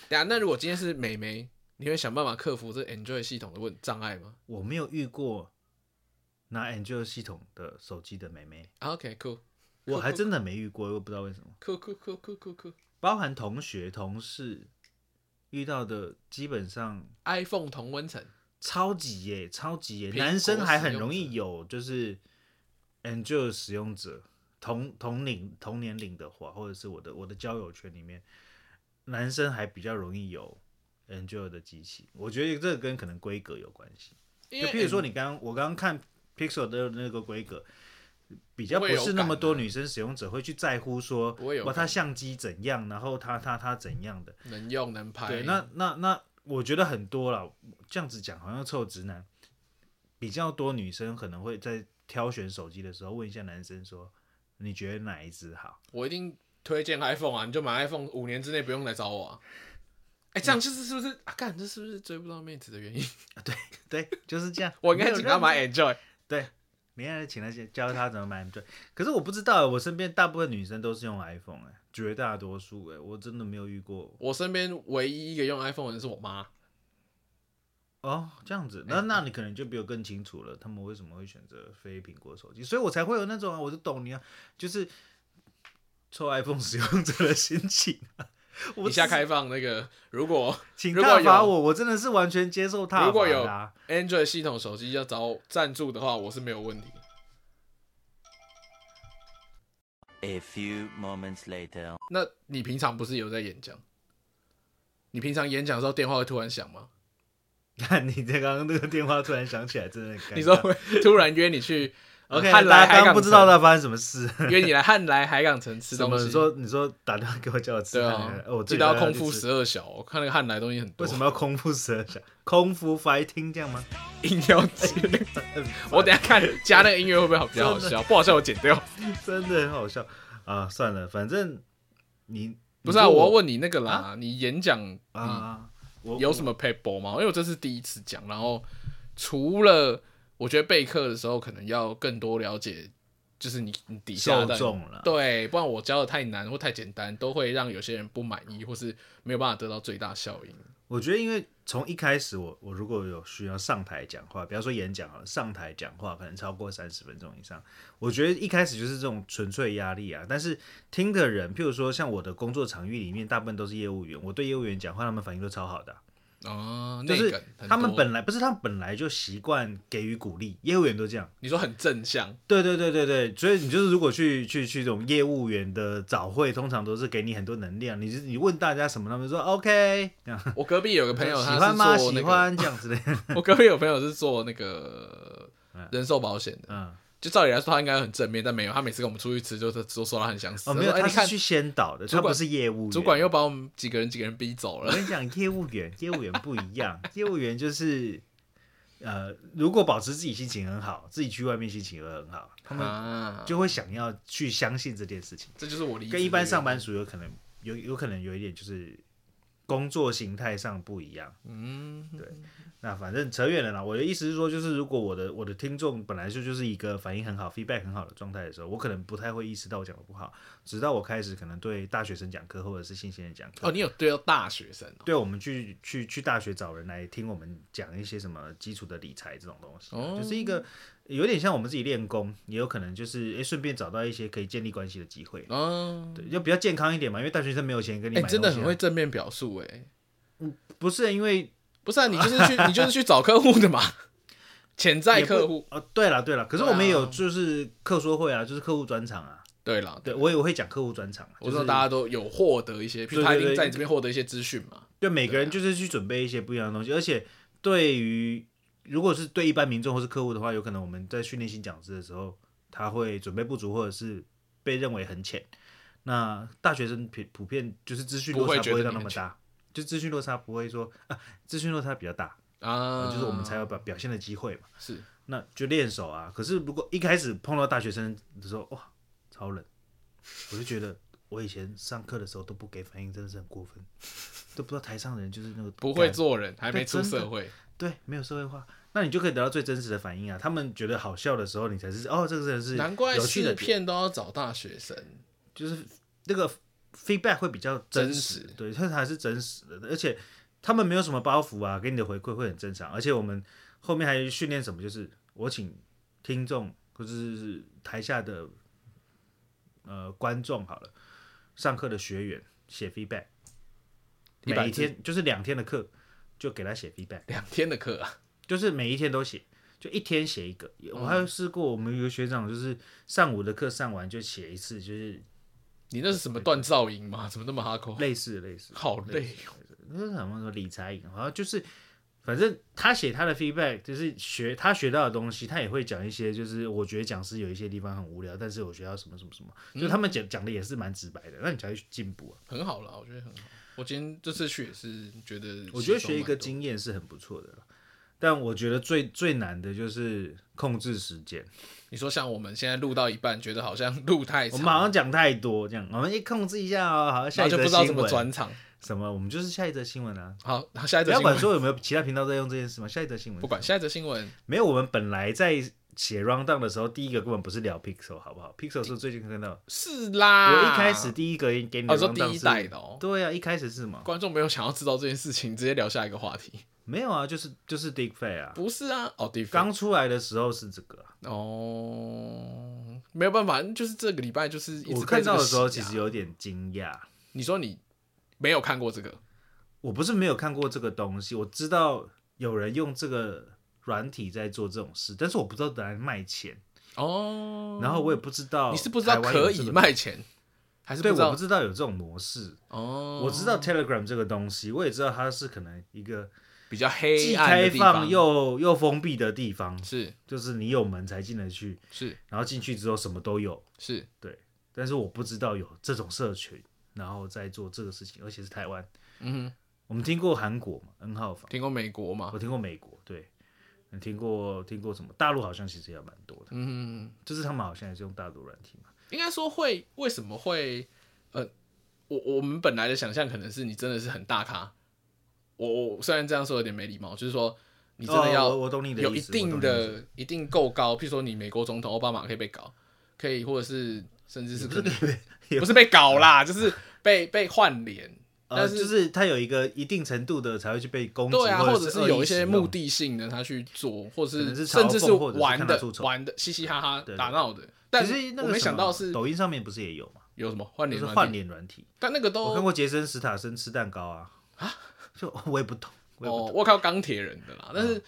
[SPEAKER 1] 等下，那如果今天是美眉，你会想办法克服这 Android 系统的问障碍吗
[SPEAKER 2] 我没有遇过拿 Android 系统的手机的妹妹，
[SPEAKER 1] ？OK，酷
[SPEAKER 2] 我还真的没遇过，我不知道为什么。
[SPEAKER 1] 酷酷酷酷酷酷
[SPEAKER 2] 包含同学、同事遇到的，基本上
[SPEAKER 1] ，iPhone 同温层，
[SPEAKER 2] 超级耶，超级耶，
[SPEAKER 1] 苹果
[SPEAKER 2] 男生还很容
[SPEAKER 1] 使用
[SPEAKER 2] 易有就是 Android 使用者同同龄同年龄的话，或者是我的我的交友圈里面，男生还比较容易有 Android 的机器。我觉得这个跟可能规格有关系。
[SPEAKER 1] 因
[SPEAKER 2] 就
[SPEAKER 1] 为
[SPEAKER 2] 譬如说，你刚刚我刚刚看 Pixel 的那个规格，比较不是那么多女生使用者会去在乎说，
[SPEAKER 1] 不会有
[SPEAKER 2] 哇，
[SPEAKER 1] 感
[SPEAKER 2] 它相机怎样，然后它它它怎样的。
[SPEAKER 1] 能用能拍，
[SPEAKER 2] 对，那那那我觉得很多了。这样子讲好像臭直男，比较多女生可能会在挑选手机的时候问一下男生说，你觉得哪一只好？
[SPEAKER 1] 我一定推荐 iPhone 啊，你就买 iPhone，五年之内不用来找我啊。哎、
[SPEAKER 2] 嗯
[SPEAKER 1] 这样就是是不是啊？干，这是不是追不到妹子的原因？ 。
[SPEAKER 2] 对，就是这样
[SPEAKER 1] 我应该请他哎买 Enjoy。
[SPEAKER 2] 对，明天请他先教他怎么买 Android。可是我不知道，欸我身边大部分女生都是用 iPhone 哎、绝大多数哎、我真的没有遇过
[SPEAKER 1] 我身边唯一一个用 iPhone 的人是我妈，
[SPEAKER 2] 哦。这样
[SPEAKER 1] 哎
[SPEAKER 2] 子，那那你可能就比我更清楚了，他们为什么会选择非苹果手机，所以我才会 有那种啊，我就懂你啊，就是臭 iPhone 使用者的心情啊、我
[SPEAKER 1] 以下开放那个，如果
[SPEAKER 2] 请
[SPEAKER 1] 如果
[SPEAKER 2] 大罚
[SPEAKER 1] 有
[SPEAKER 2] 我，我真的是完全接受他
[SPEAKER 1] 如果有
[SPEAKER 2] 的、啊。
[SPEAKER 1] Android 系统手机要找赞助的话，我是没有问题。
[SPEAKER 3] A few moments later.
[SPEAKER 1] 那你平常不是有在演讲？你平常演讲的时候电话会突然响吗？
[SPEAKER 2] 看你这刚刚那个电话突然响起来，真的很尴尬。
[SPEAKER 1] 你说会突然约你去呃
[SPEAKER 2] OK，
[SPEAKER 1] 汉
[SPEAKER 2] 大
[SPEAKER 1] 来
[SPEAKER 2] 家刚
[SPEAKER 1] 海
[SPEAKER 2] 刚
[SPEAKER 1] 港
[SPEAKER 2] 不知道
[SPEAKER 1] 城
[SPEAKER 2] 他发生什么事，
[SPEAKER 1] 约你来汉来海港城吃
[SPEAKER 2] 怎
[SPEAKER 1] 东
[SPEAKER 2] 么
[SPEAKER 1] 西？
[SPEAKER 2] 你说你说打电话给我叫我吃
[SPEAKER 1] 对
[SPEAKER 2] 饭，
[SPEAKER 1] 啊，
[SPEAKER 2] 哦我这
[SPEAKER 1] 记
[SPEAKER 2] 礼
[SPEAKER 1] 得
[SPEAKER 2] 拜
[SPEAKER 1] 要
[SPEAKER 2] 要
[SPEAKER 1] 空
[SPEAKER 2] 去
[SPEAKER 1] 腹
[SPEAKER 2] 吃
[SPEAKER 1] 十二小，我看那个汉来东西很多，
[SPEAKER 2] 为什么要空腹十二小？ 空腹 fighting 这样吗？
[SPEAKER 1] 硬要吃？ 我等一下看加那个音乐会不会好比较好笑？不好笑我剪掉。
[SPEAKER 2] 真的很好笑啊！算了，反正你
[SPEAKER 1] 不是啊，
[SPEAKER 2] 你
[SPEAKER 1] 我要
[SPEAKER 2] 说
[SPEAKER 1] 问你那个啦，你演讲
[SPEAKER 2] 啊
[SPEAKER 1] 你
[SPEAKER 2] 啊，我
[SPEAKER 1] 有什么 paper 吗？因为我这是第一次讲，然后除了我觉得备课的时候可能要更多了解，就是你你底下
[SPEAKER 2] 受
[SPEAKER 1] 的
[SPEAKER 2] 众啊了？
[SPEAKER 1] 对，不然我教的太难或太简单，都会让有些人不满意，或是没有办法得到最大效应。
[SPEAKER 2] 我觉得，因为从一开始我，我如果有需要上台讲话，比方说演讲好了，上台讲话可能超过三十分钟以上，我觉得一开始就是这种纯粹压力啊。但是听的人，譬如说像我的工作场域里面，大部分都是业务员，我对业务员讲话，他们反应都超好的啊、
[SPEAKER 1] 哦，
[SPEAKER 2] 就
[SPEAKER 1] 内
[SPEAKER 2] 是
[SPEAKER 1] 梗很
[SPEAKER 2] 他们
[SPEAKER 1] 多
[SPEAKER 2] 本来不是他们本来就习惯给予鼓励，业务员都这样。
[SPEAKER 1] 你说很正向，
[SPEAKER 2] 对对对对对，所以你就是如果去去去这种业务员的早会，通常都是给你很多能量。你就是你问大家什么，他们就说 OK，这样
[SPEAKER 1] 我隔壁有个朋 友
[SPEAKER 2] 喜
[SPEAKER 1] 他
[SPEAKER 2] 欢
[SPEAKER 1] 是
[SPEAKER 2] 吗？
[SPEAKER 1] 做
[SPEAKER 2] 喜
[SPEAKER 1] 那个，
[SPEAKER 2] 欢这样之类的。
[SPEAKER 1] 我隔壁有朋友是做那个人寿保险的，
[SPEAKER 2] 嗯，
[SPEAKER 1] 就照理来说他应该很正面，但没有，他每次跟我们出去吃就是都说他很想死，
[SPEAKER 2] 哦，
[SPEAKER 1] 他
[SPEAKER 2] 没有，
[SPEAKER 1] 说哎
[SPEAKER 2] 他
[SPEAKER 1] 你看
[SPEAKER 2] 是去先导的，他
[SPEAKER 1] 主管
[SPEAKER 2] 不是业务员。
[SPEAKER 1] 主管又把我们几个人几个人逼走
[SPEAKER 2] 我
[SPEAKER 1] 了。
[SPEAKER 2] 跟你讲，业务员，业务员不一样， 业务员就是呃，如果保持自己心情很好，自己去外面心情也很好， 他们
[SPEAKER 1] 啊，
[SPEAKER 2] 就会想要去相信这件事情。
[SPEAKER 1] 这就是我理解
[SPEAKER 2] 跟一般上班族有可能有有可能有一点就是工作形态上不一样。
[SPEAKER 1] 嗯，
[SPEAKER 2] 那反正扯远了啦。我的意思是说，就是如果我的我的听众本来就就是一个反应很好、feedback 很好的状态的时候，我可能不太会意识到我讲的不好，直到我开始可能对大学生讲课或者是新鲜人讲课。
[SPEAKER 1] 哦，你有对到大学生
[SPEAKER 2] 对，我们去去去大学找人来听我们讲一些什么基础的理财这种东西啊、
[SPEAKER 1] 哦
[SPEAKER 2] 就是一个有点像我们自己练功，也有可能就是诶顺便找到一些可以建立关系的机会，
[SPEAKER 1] 哦，哦
[SPEAKER 2] 对，要比较健康一点嘛，因为大学生没有钱跟你
[SPEAKER 1] 哎、
[SPEAKER 2] 买、啊
[SPEAKER 1] 你真的很会，正面表述哎、
[SPEAKER 2] 不是因为
[SPEAKER 1] 不是啊，你就是去你就是去找客户的 嘛，潜在
[SPEAKER 2] 也不
[SPEAKER 1] 客户。
[SPEAKER 2] 哦，对了对了，可是我们也有
[SPEAKER 1] 对啊
[SPEAKER 2] 就是课说会啊，就是客户专场啊，
[SPEAKER 1] 对啦，
[SPEAKER 2] 对我也会讲客户专场啊，
[SPEAKER 1] 我
[SPEAKER 2] 就
[SPEAKER 1] 知道
[SPEAKER 2] 是
[SPEAKER 1] 大家都有获得一些，譬如
[SPEAKER 2] 对
[SPEAKER 1] 他一
[SPEAKER 2] 对
[SPEAKER 1] 定
[SPEAKER 2] 对
[SPEAKER 1] 在你这边获得一些资讯嘛。
[SPEAKER 2] 对每个人
[SPEAKER 1] 啊
[SPEAKER 2] 就是去准备一些不一样的东西，而且对于如果是对一般民众或是客户的话，有可能我们在训练性讲师的时候，他会准备不足，或者是被认为很浅。那大学生普普遍就是资讯
[SPEAKER 1] 不
[SPEAKER 2] 落
[SPEAKER 1] 会
[SPEAKER 2] 差
[SPEAKER 1] 觉
[SPEAKER 2] 不会
[SPEAKER 1] 得
[SPEAKER 2] 到
[SPEAKER 1] 你
[SPEAKER 2] 那
[SPEAKER 1] 很
[SPEAKER 2] 么
[SPEAKER 1] 浅
[SPEAKER 2] 大，就资讯落差不会说啊，资讯落差比较大，
[SPEAKER 1] 啊，
[SPEAKER 2] 就是我们才有表表现的机会嘛。
[SPEAKER 1] 是
[SPEAKER 2] 那就练手啊。可是如果一开始碰到大学生的时候，哇，超冷，我就觉得我以前上课的时候都不给反应，真的是很过分，都不知道台上的人就是那个
[SPEAKER 1] 不会
[SPEAKER 2] 干
[SPEAKER 1] 做人，还没
[SPEAKER 2] 对
[SPEAKER 1] 出
[SPEAKER 2] 真的
[SPEAKER 1] 社会。
[SPEAKER 2] 对，没有社会化。那你就可以得到最真实的反应啊！他们觉得好笑的时候，你才是哦，这个人是
[SPEAKER 1] 难怪
[SPEAKER 2] 有趣的
[SPEAKER 1] 试
[SPEAKER 2] 点，
[SPEAKER 1] 片都要找大学生，
[SPEAKER 2] 就是那个 feedback 会比较真实，
[SPEAKER 1] 真实
[SPEAKER 2] 对，它才是真实的，而且他们没有什么包袱啊，给你的回馈会很正常。而且我们后面还训练什么，就是我请听众或者是台下的呃观众好了，上课的学员写 feedback，
[SPEAKER 1] 100
[SPEAKER 2] 每一
[SPEAKER 1] 字
[SPEAKER 2] 天就是两天的课就给他写 feedback。
[SPEAKER 1] 两天的课啊，
[SPEAKER 2] 就是每一天都写，就一天写一个。我还有试过，我们有个学长就是上午的课上完就写一次，就是
[SPEAKER 1] 你那是什么锻造营吗？怎么那么哈口？
[SPEAKER 2] 类似类似，
[SPEAKER 1] 好累哦。
[SPEAKER 2] 那是什么什么理财营，好像就是反正他写他的 feedback，就是学他学到的东西，他也会讲一些，就是我觉得讲师有一些地方很无聊，但是我学到什么什么什么，
[SPEAKER 1] 嗯
[SPEAKER 2] 就他们讲讲的也是蛮直白的，那你才会去进步啊。
[SPEAKER 1] 很好啦，我觉得很好。我今天这次去也是觉得，
[SPEAKER 2] 我觉得学一个，经验是很不错的啦，但我觉得最最难的就是控制时间。
[SPEAKER 1] 你说像我们现在录到一半，觉得好像录太
[SPEAKER 2] 我
[SPEAKER 1] 长，
[SPEAKER 2] 们好像讲太多，这样我们一控制一下哦。好，
[SPEAKER 1] 然
[SPEAKER 2] 下
[SPEAKER 1] 后
[SPEAKER 2] 一
[SPEAKER 1] 就
[SPEAKER 2] 则
[SPEAKER 1] 不知
[SPEAKER 2] 新
[SPEAKER 1] 道
[SPEAKER 2] 闻
[SPEAKER 1] 怎么转场。
[SPEAKER 2] 什么，我们就是下一则新闻啊。
[SPEAKER 1] 好，然后下一
[SPEAKER 2] 不
[SPEAKER 1] 则
[SPEAKER 2] 要
[SPEAKER 1] 新
[SPEAKER 2] 管
[SPEAKER 1] 闻，
[SPEAKER 2] 说有没有其他频道在用这件事嘛，下一则新闻
[SPEAKER 1] 不管下一则新闻，
[SPEAKER 2] 没有。我们本来在写 round down 的时候，第一个根本不是聊 pixel 好不好？pixel 是最近看到，
[SPEAKER 1] 是啦。
[SPEAKER 2] 我一开始第一个给你的
[SPEAKER 1] 啊哦说
[SPEAKER 2] round down
[SPEAKER 1] 第一
[SPEAKER 2] 是
[SPEAKER 1] 代的哦
[SPEAKER 2] 对啊，一开始是什么？
[SPEAKER 1] 观众没有想要知道这件事情，直接聊下一个话题。
[SPEAKER 2] 没有啊，就是就是 dig f a 啊。
[SPEAKER 1] 不是啊，哦，地方
[SPEAKER 2] 刚出来的时候是这个啊，
[SPEAKER 1] 哦，没有办法，就是这个礼拜就是一直
[SPEAKER 2] 我
[SPEAKER 1] 被
[SPEAKER 2] 看
[SPEAKER 1] 这
[SPEAKER 2] 到
[SPEAKER 1] 个
[SPEAKER 2] 的时候
[SPEAKER 1] 洗
[SPEAKER 2] 其
[SPEAKER 1] 啊
[SPEAKER 2] 实有点惊讶，
[SPEAKER 1] 你说你没有看过这个，
[SPEAKER 2] 我不是没有看过这个东西，我知道有人用这个软体在做这种事，但是我不知道拿来卖钱，
[SPEAKER 1] 哦，
[SPEAKER 2] 然后我也不知道
[SPEAKER 1] 你是不知道
[SPEAKER 2] 台湾有
[SPEAKER 1] 可
[SPEAKER 2] 这
[SPEAKER 1] 以
[SPEAKER 2] 个
[SPEAKER 1] 卖钱，还是
[SPEAKER 2] 对，
[SPEAKER 1] 不知
[SPEAKER 2] 我
[SPEAKER 1] 道
[SPEAKER 2] 不？知道有这种模式。
[SPEAKER 1] 哦，
[SPEAKER 2] 我知道 Telegram 这个东西，我也知道它是可能一个
[SPEAKER 1] 比较黑
[SPEAKER 2] 既
[SPEAKER 1] 暗
[SPEAKER 2] 开
[SPEAKER 1] 的地方
[SPEAKER 2] 放又又封闭的地方，
[SPEAKER 1] 是
[SPEAKER 2] 就是你有门才进得去，
[SPEAKER 1] 是
[SPEAKER 2] 然后进去之后什么都有。
[SPEAKER 1] 是
[SPEAKER 2] 对，但是我不知道有这种社群，然后在做这个事情，而且是台湾。
[SPEAKER 1] 嗯
[SPEAKER 2] 我们听过韩国嘛，N 号房
[SPEAKER 1] 哼，，听过美国嘛
[SPEAKER 2] 我？听过美国，对，听过听过什么？大陆好像其实也蛮多的，
[SPEAKER 1] 嗯哼，
[SPEAKER 2] 就是他们好像也是用大陆软体嘛。
[SPEAKER 1] 应该说会为什么会呃，我我们本来的想象可能是你真的是很大咖，我我虽然这样说有点没礼貌，就是说你真的要、
[SPEAKER 2] 哦我我懂你的
[SPEAKER 1] 有
[SPEAKER 2] 意
[SPEAKER 1] 一
[SPEAKER 2] 思，
[SPEAKER 1] 定
[SPEAKER 2] 我懂你意思
[SPEAKER 1] 的一定够高，譬如说你美国总统奥巴马可以被搞，可以或者是甚至是可能
[SPEAKER 2] 也
[SPEAKER 1] 不是被搞啦， 就是被被换 脸，
[SPEAKER 2] 呃，
[SPEAKER 1] 但是
[SPEAKER 2] 就是他有一个一定程度的才会去被攻击，
[SPEAKER 1] 对啊，
[SPEAKER 2] 或
[SPEAKER 1] 或
[SPEAKER 2] 者
[SPEAKER 1] 是有一些目
[SPEAKER 2] 的。
[SPEAKER 1] 的性的他去做，或
[SPEAKER 2] 可能是
[SPEAKER 1] 甚至
[SPEAKER 2] 嘲讽
[SPEAKER 1] 是
[SPEAKER 2] 或者是
[SPEAKER 1] 玩
[SPEAKER 2] 看他
[SPEAKER 1] 的
[SPEAKER 2] 出丑
[SPEAKER 1] 玩的嘻嘻哈哈
[SPEAKER 2] 对对
[SPEAKER 1] 打闹的，但
[SPEAKER 2] 其实那
[SPEAKER 1] 我
[SPEAKER 2] 个
[SPEAKER 1] 没
[SPEAKER 2] 什
[SPEAKER 1] 想到
[SPEAKER 2] 么
[SPEAKER 1] 是
[SPEAKER 2] 抖音上面不是也有嘛，
[SPEAKER 1] 有什么换
[SPEAKER 2] 就
[SPEAKER 1] 脸
[SPEAKER 2] 是
[SPEAKER 1] 软
[SPEAKER 2] 换
[SPEAKER 1] 体，哦
[SPEAKER 2] 脸软体。
[SPEAKER 1] 但那个都
[SPEAKER 2] 我看过杰森·史塔森吃蛋糕啊，就我也不懂，我也不
[SPEAKER 1] 哦
[SPEAKER 2] 懂。，嗯
[SPEAKER 1] 我看到钢铁人的啦，但是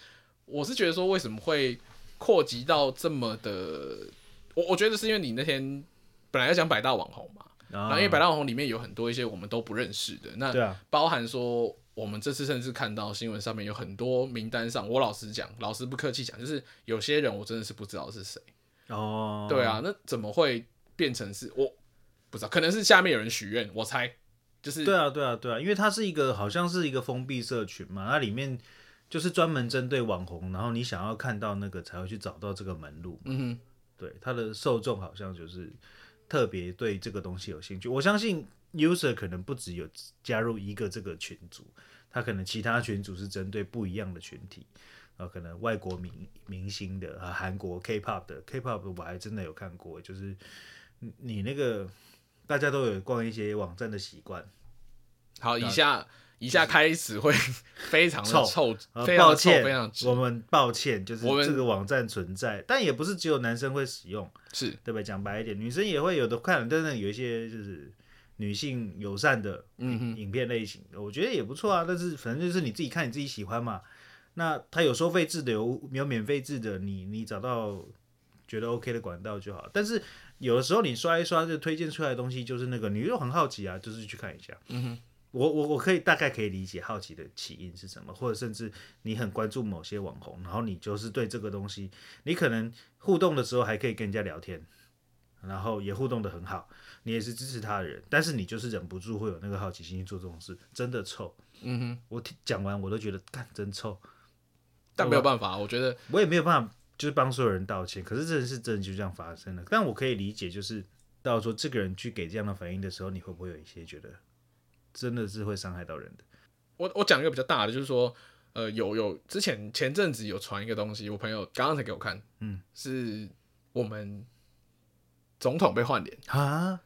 [SPEAKER 1] 我是觉得说，为什么会扩及到这么的？我我觉得是因为你那天本来要讲百大网红嘛，
[SPEAKER 2] 然
[SPEAKER 1] 然后因为百大网红里面有很多一些我们都不认识的，那
[SPEAKER 2] 嗯对啊，
[SPEAKER 1] 包含说我们这次甚至看到新闻上面有很多名单上，我老实讲，老实不客气讲，就是有些人我真的是不知道是谁。
[SPEAKER 2] 哦，
[SPEAKER 1] 对，啊，那怎么会变成是我不知道？可能是下面有人许愿，我猜就是
[SPEAKER 2] 对啊，对啊，对啊，因为它是一个好像是一个封闭社群嘛，它里面就是专门针对网红，然后你想要看到那个才会去找到这个门路。
[SPEAKER 1] 嗯哼，
[SPEAKER 2] 对，它的受众好像就是特别对这个东西有兴趣。我相信 user 可能不只有加入一个这个群组，他可能其他群组是针对不一样的群体，呃，可能外国明明星的啊，韩国 K-pop 的 K-pop 的我还真的有看过，就是你你那个大家都有逛一些网站的习惯，
[SPEAKER 1] 好，以下以下开始会 非常的
[SPEAKER 2] 啊臭
[SPEAKER 1] 臭，
[SPEAKER 2] 呃，
[SPEAKER 1] 非常
[SPEAKER 2] 抱
[SPEAKER 1] 的臭，
[SPEAKER 2] 歉
[SPEAKER 1] 非常的，直
[SPEAKER 2] 我们抱歉，就是
[SPEAKER 1] 我们
[SPEAKER 2] 这个网站存在，但也不是只有男生会使用，
[SPEAKER 1] 是
[SPEAKER 2] 对不对？讲白一点，女生也会有的看，但是有一些就是女性友善的影影片类型，我觉得也不错啊。但是反正就是你自己看，你自己喜欢嘛。那它有收费制的，有有免费制的，你你找到觉得 OK 的管道就好。但是有的时候你刷一刷，就推荐出来的东西就是那个，你又很好奇啊，就是去看一下。嗯
[SPEAKER 1] 哼，
[SPEAKER 2] 我我我可以大概可以理解好奇的起因是什么，或者甚至你很关注某些网红，然后你就是对这个东西，你可能互动的时候还可以跟人家聊天，然后也互动的很好，你也是支持他的人，但是你就是忍不住会有那个好奇心去做这种事，真的臭。
[SPEAKER 1] 嗯哼，
[SPEAKER 2] 我听讲完我都觉得干真臭，
[SPEAKER 1] 但没有办法，我觉得
[SPEAKER 2] 我也没有办法就是帮所有人道歉，可是这件事真的就这样发生了。但我可以理解，就是到说这个人去给这样的反应的时候，你会不会有一些觉得真的是会伤害到人的？
[SPEAKER 1] 我我讲一个比较大的，就是说，呃，有有之前前阵子有传一个东西，我朋友刚刚才给我看，
[SPEAKER 2] 嗯，
[SPEAKER 1] 是我们总统被换脸，
[SPEAKER 2] 啊，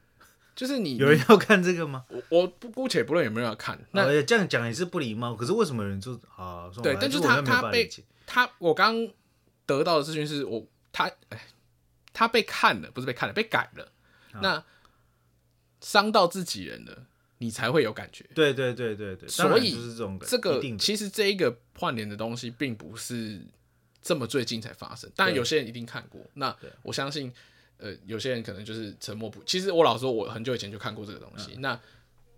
[SPEAKER 1] 就是你
[SPEAKER 2] 有人要看这个吗？
[SPEAKER 1] 我我不姑且不论有没有人要看， 那
[SPEAKER 2] 那这样讲也是不礼貌。可是为什么有人做啊？算了
[SPEAKER 1] 对
[SPEAKER 2] 反
[SPEAKER 1] 但
[SPEAKER 2] 正
[SPEAKER 1] 就是他
[SPEAKER 2] 我也没有
[SPEAKER 1] 他
[SPEAKER 2] 办法
[SPEAKER 1] 被
[SPEAKER 2] 理解
[SPEAKER 1] 他我刚得到的资讯是我他哎，他被看了，不是被看了，被改了。
[SPEAKER 2] 啊
[SPEAKER 1] 那伤到自己人了，你才会有感觉。
[SPEAKER 2] 对对对对对，
[SPEAKER 1] 所以
[SPEAKER 2] 当然就是这种感
[SPEAKER 1] 这个
[SPEAKER 2] 一定的
[SPEAKER 1] 其实这一个换脸的东西，并不是这么最近才发生，但有些人一定看过。那我相信，呃，有些人可能就是沉默不。其实我老实说，我很久以前就看过这个东西。
[SPEAKER 2] 嗯
[SPEAKER 1] 那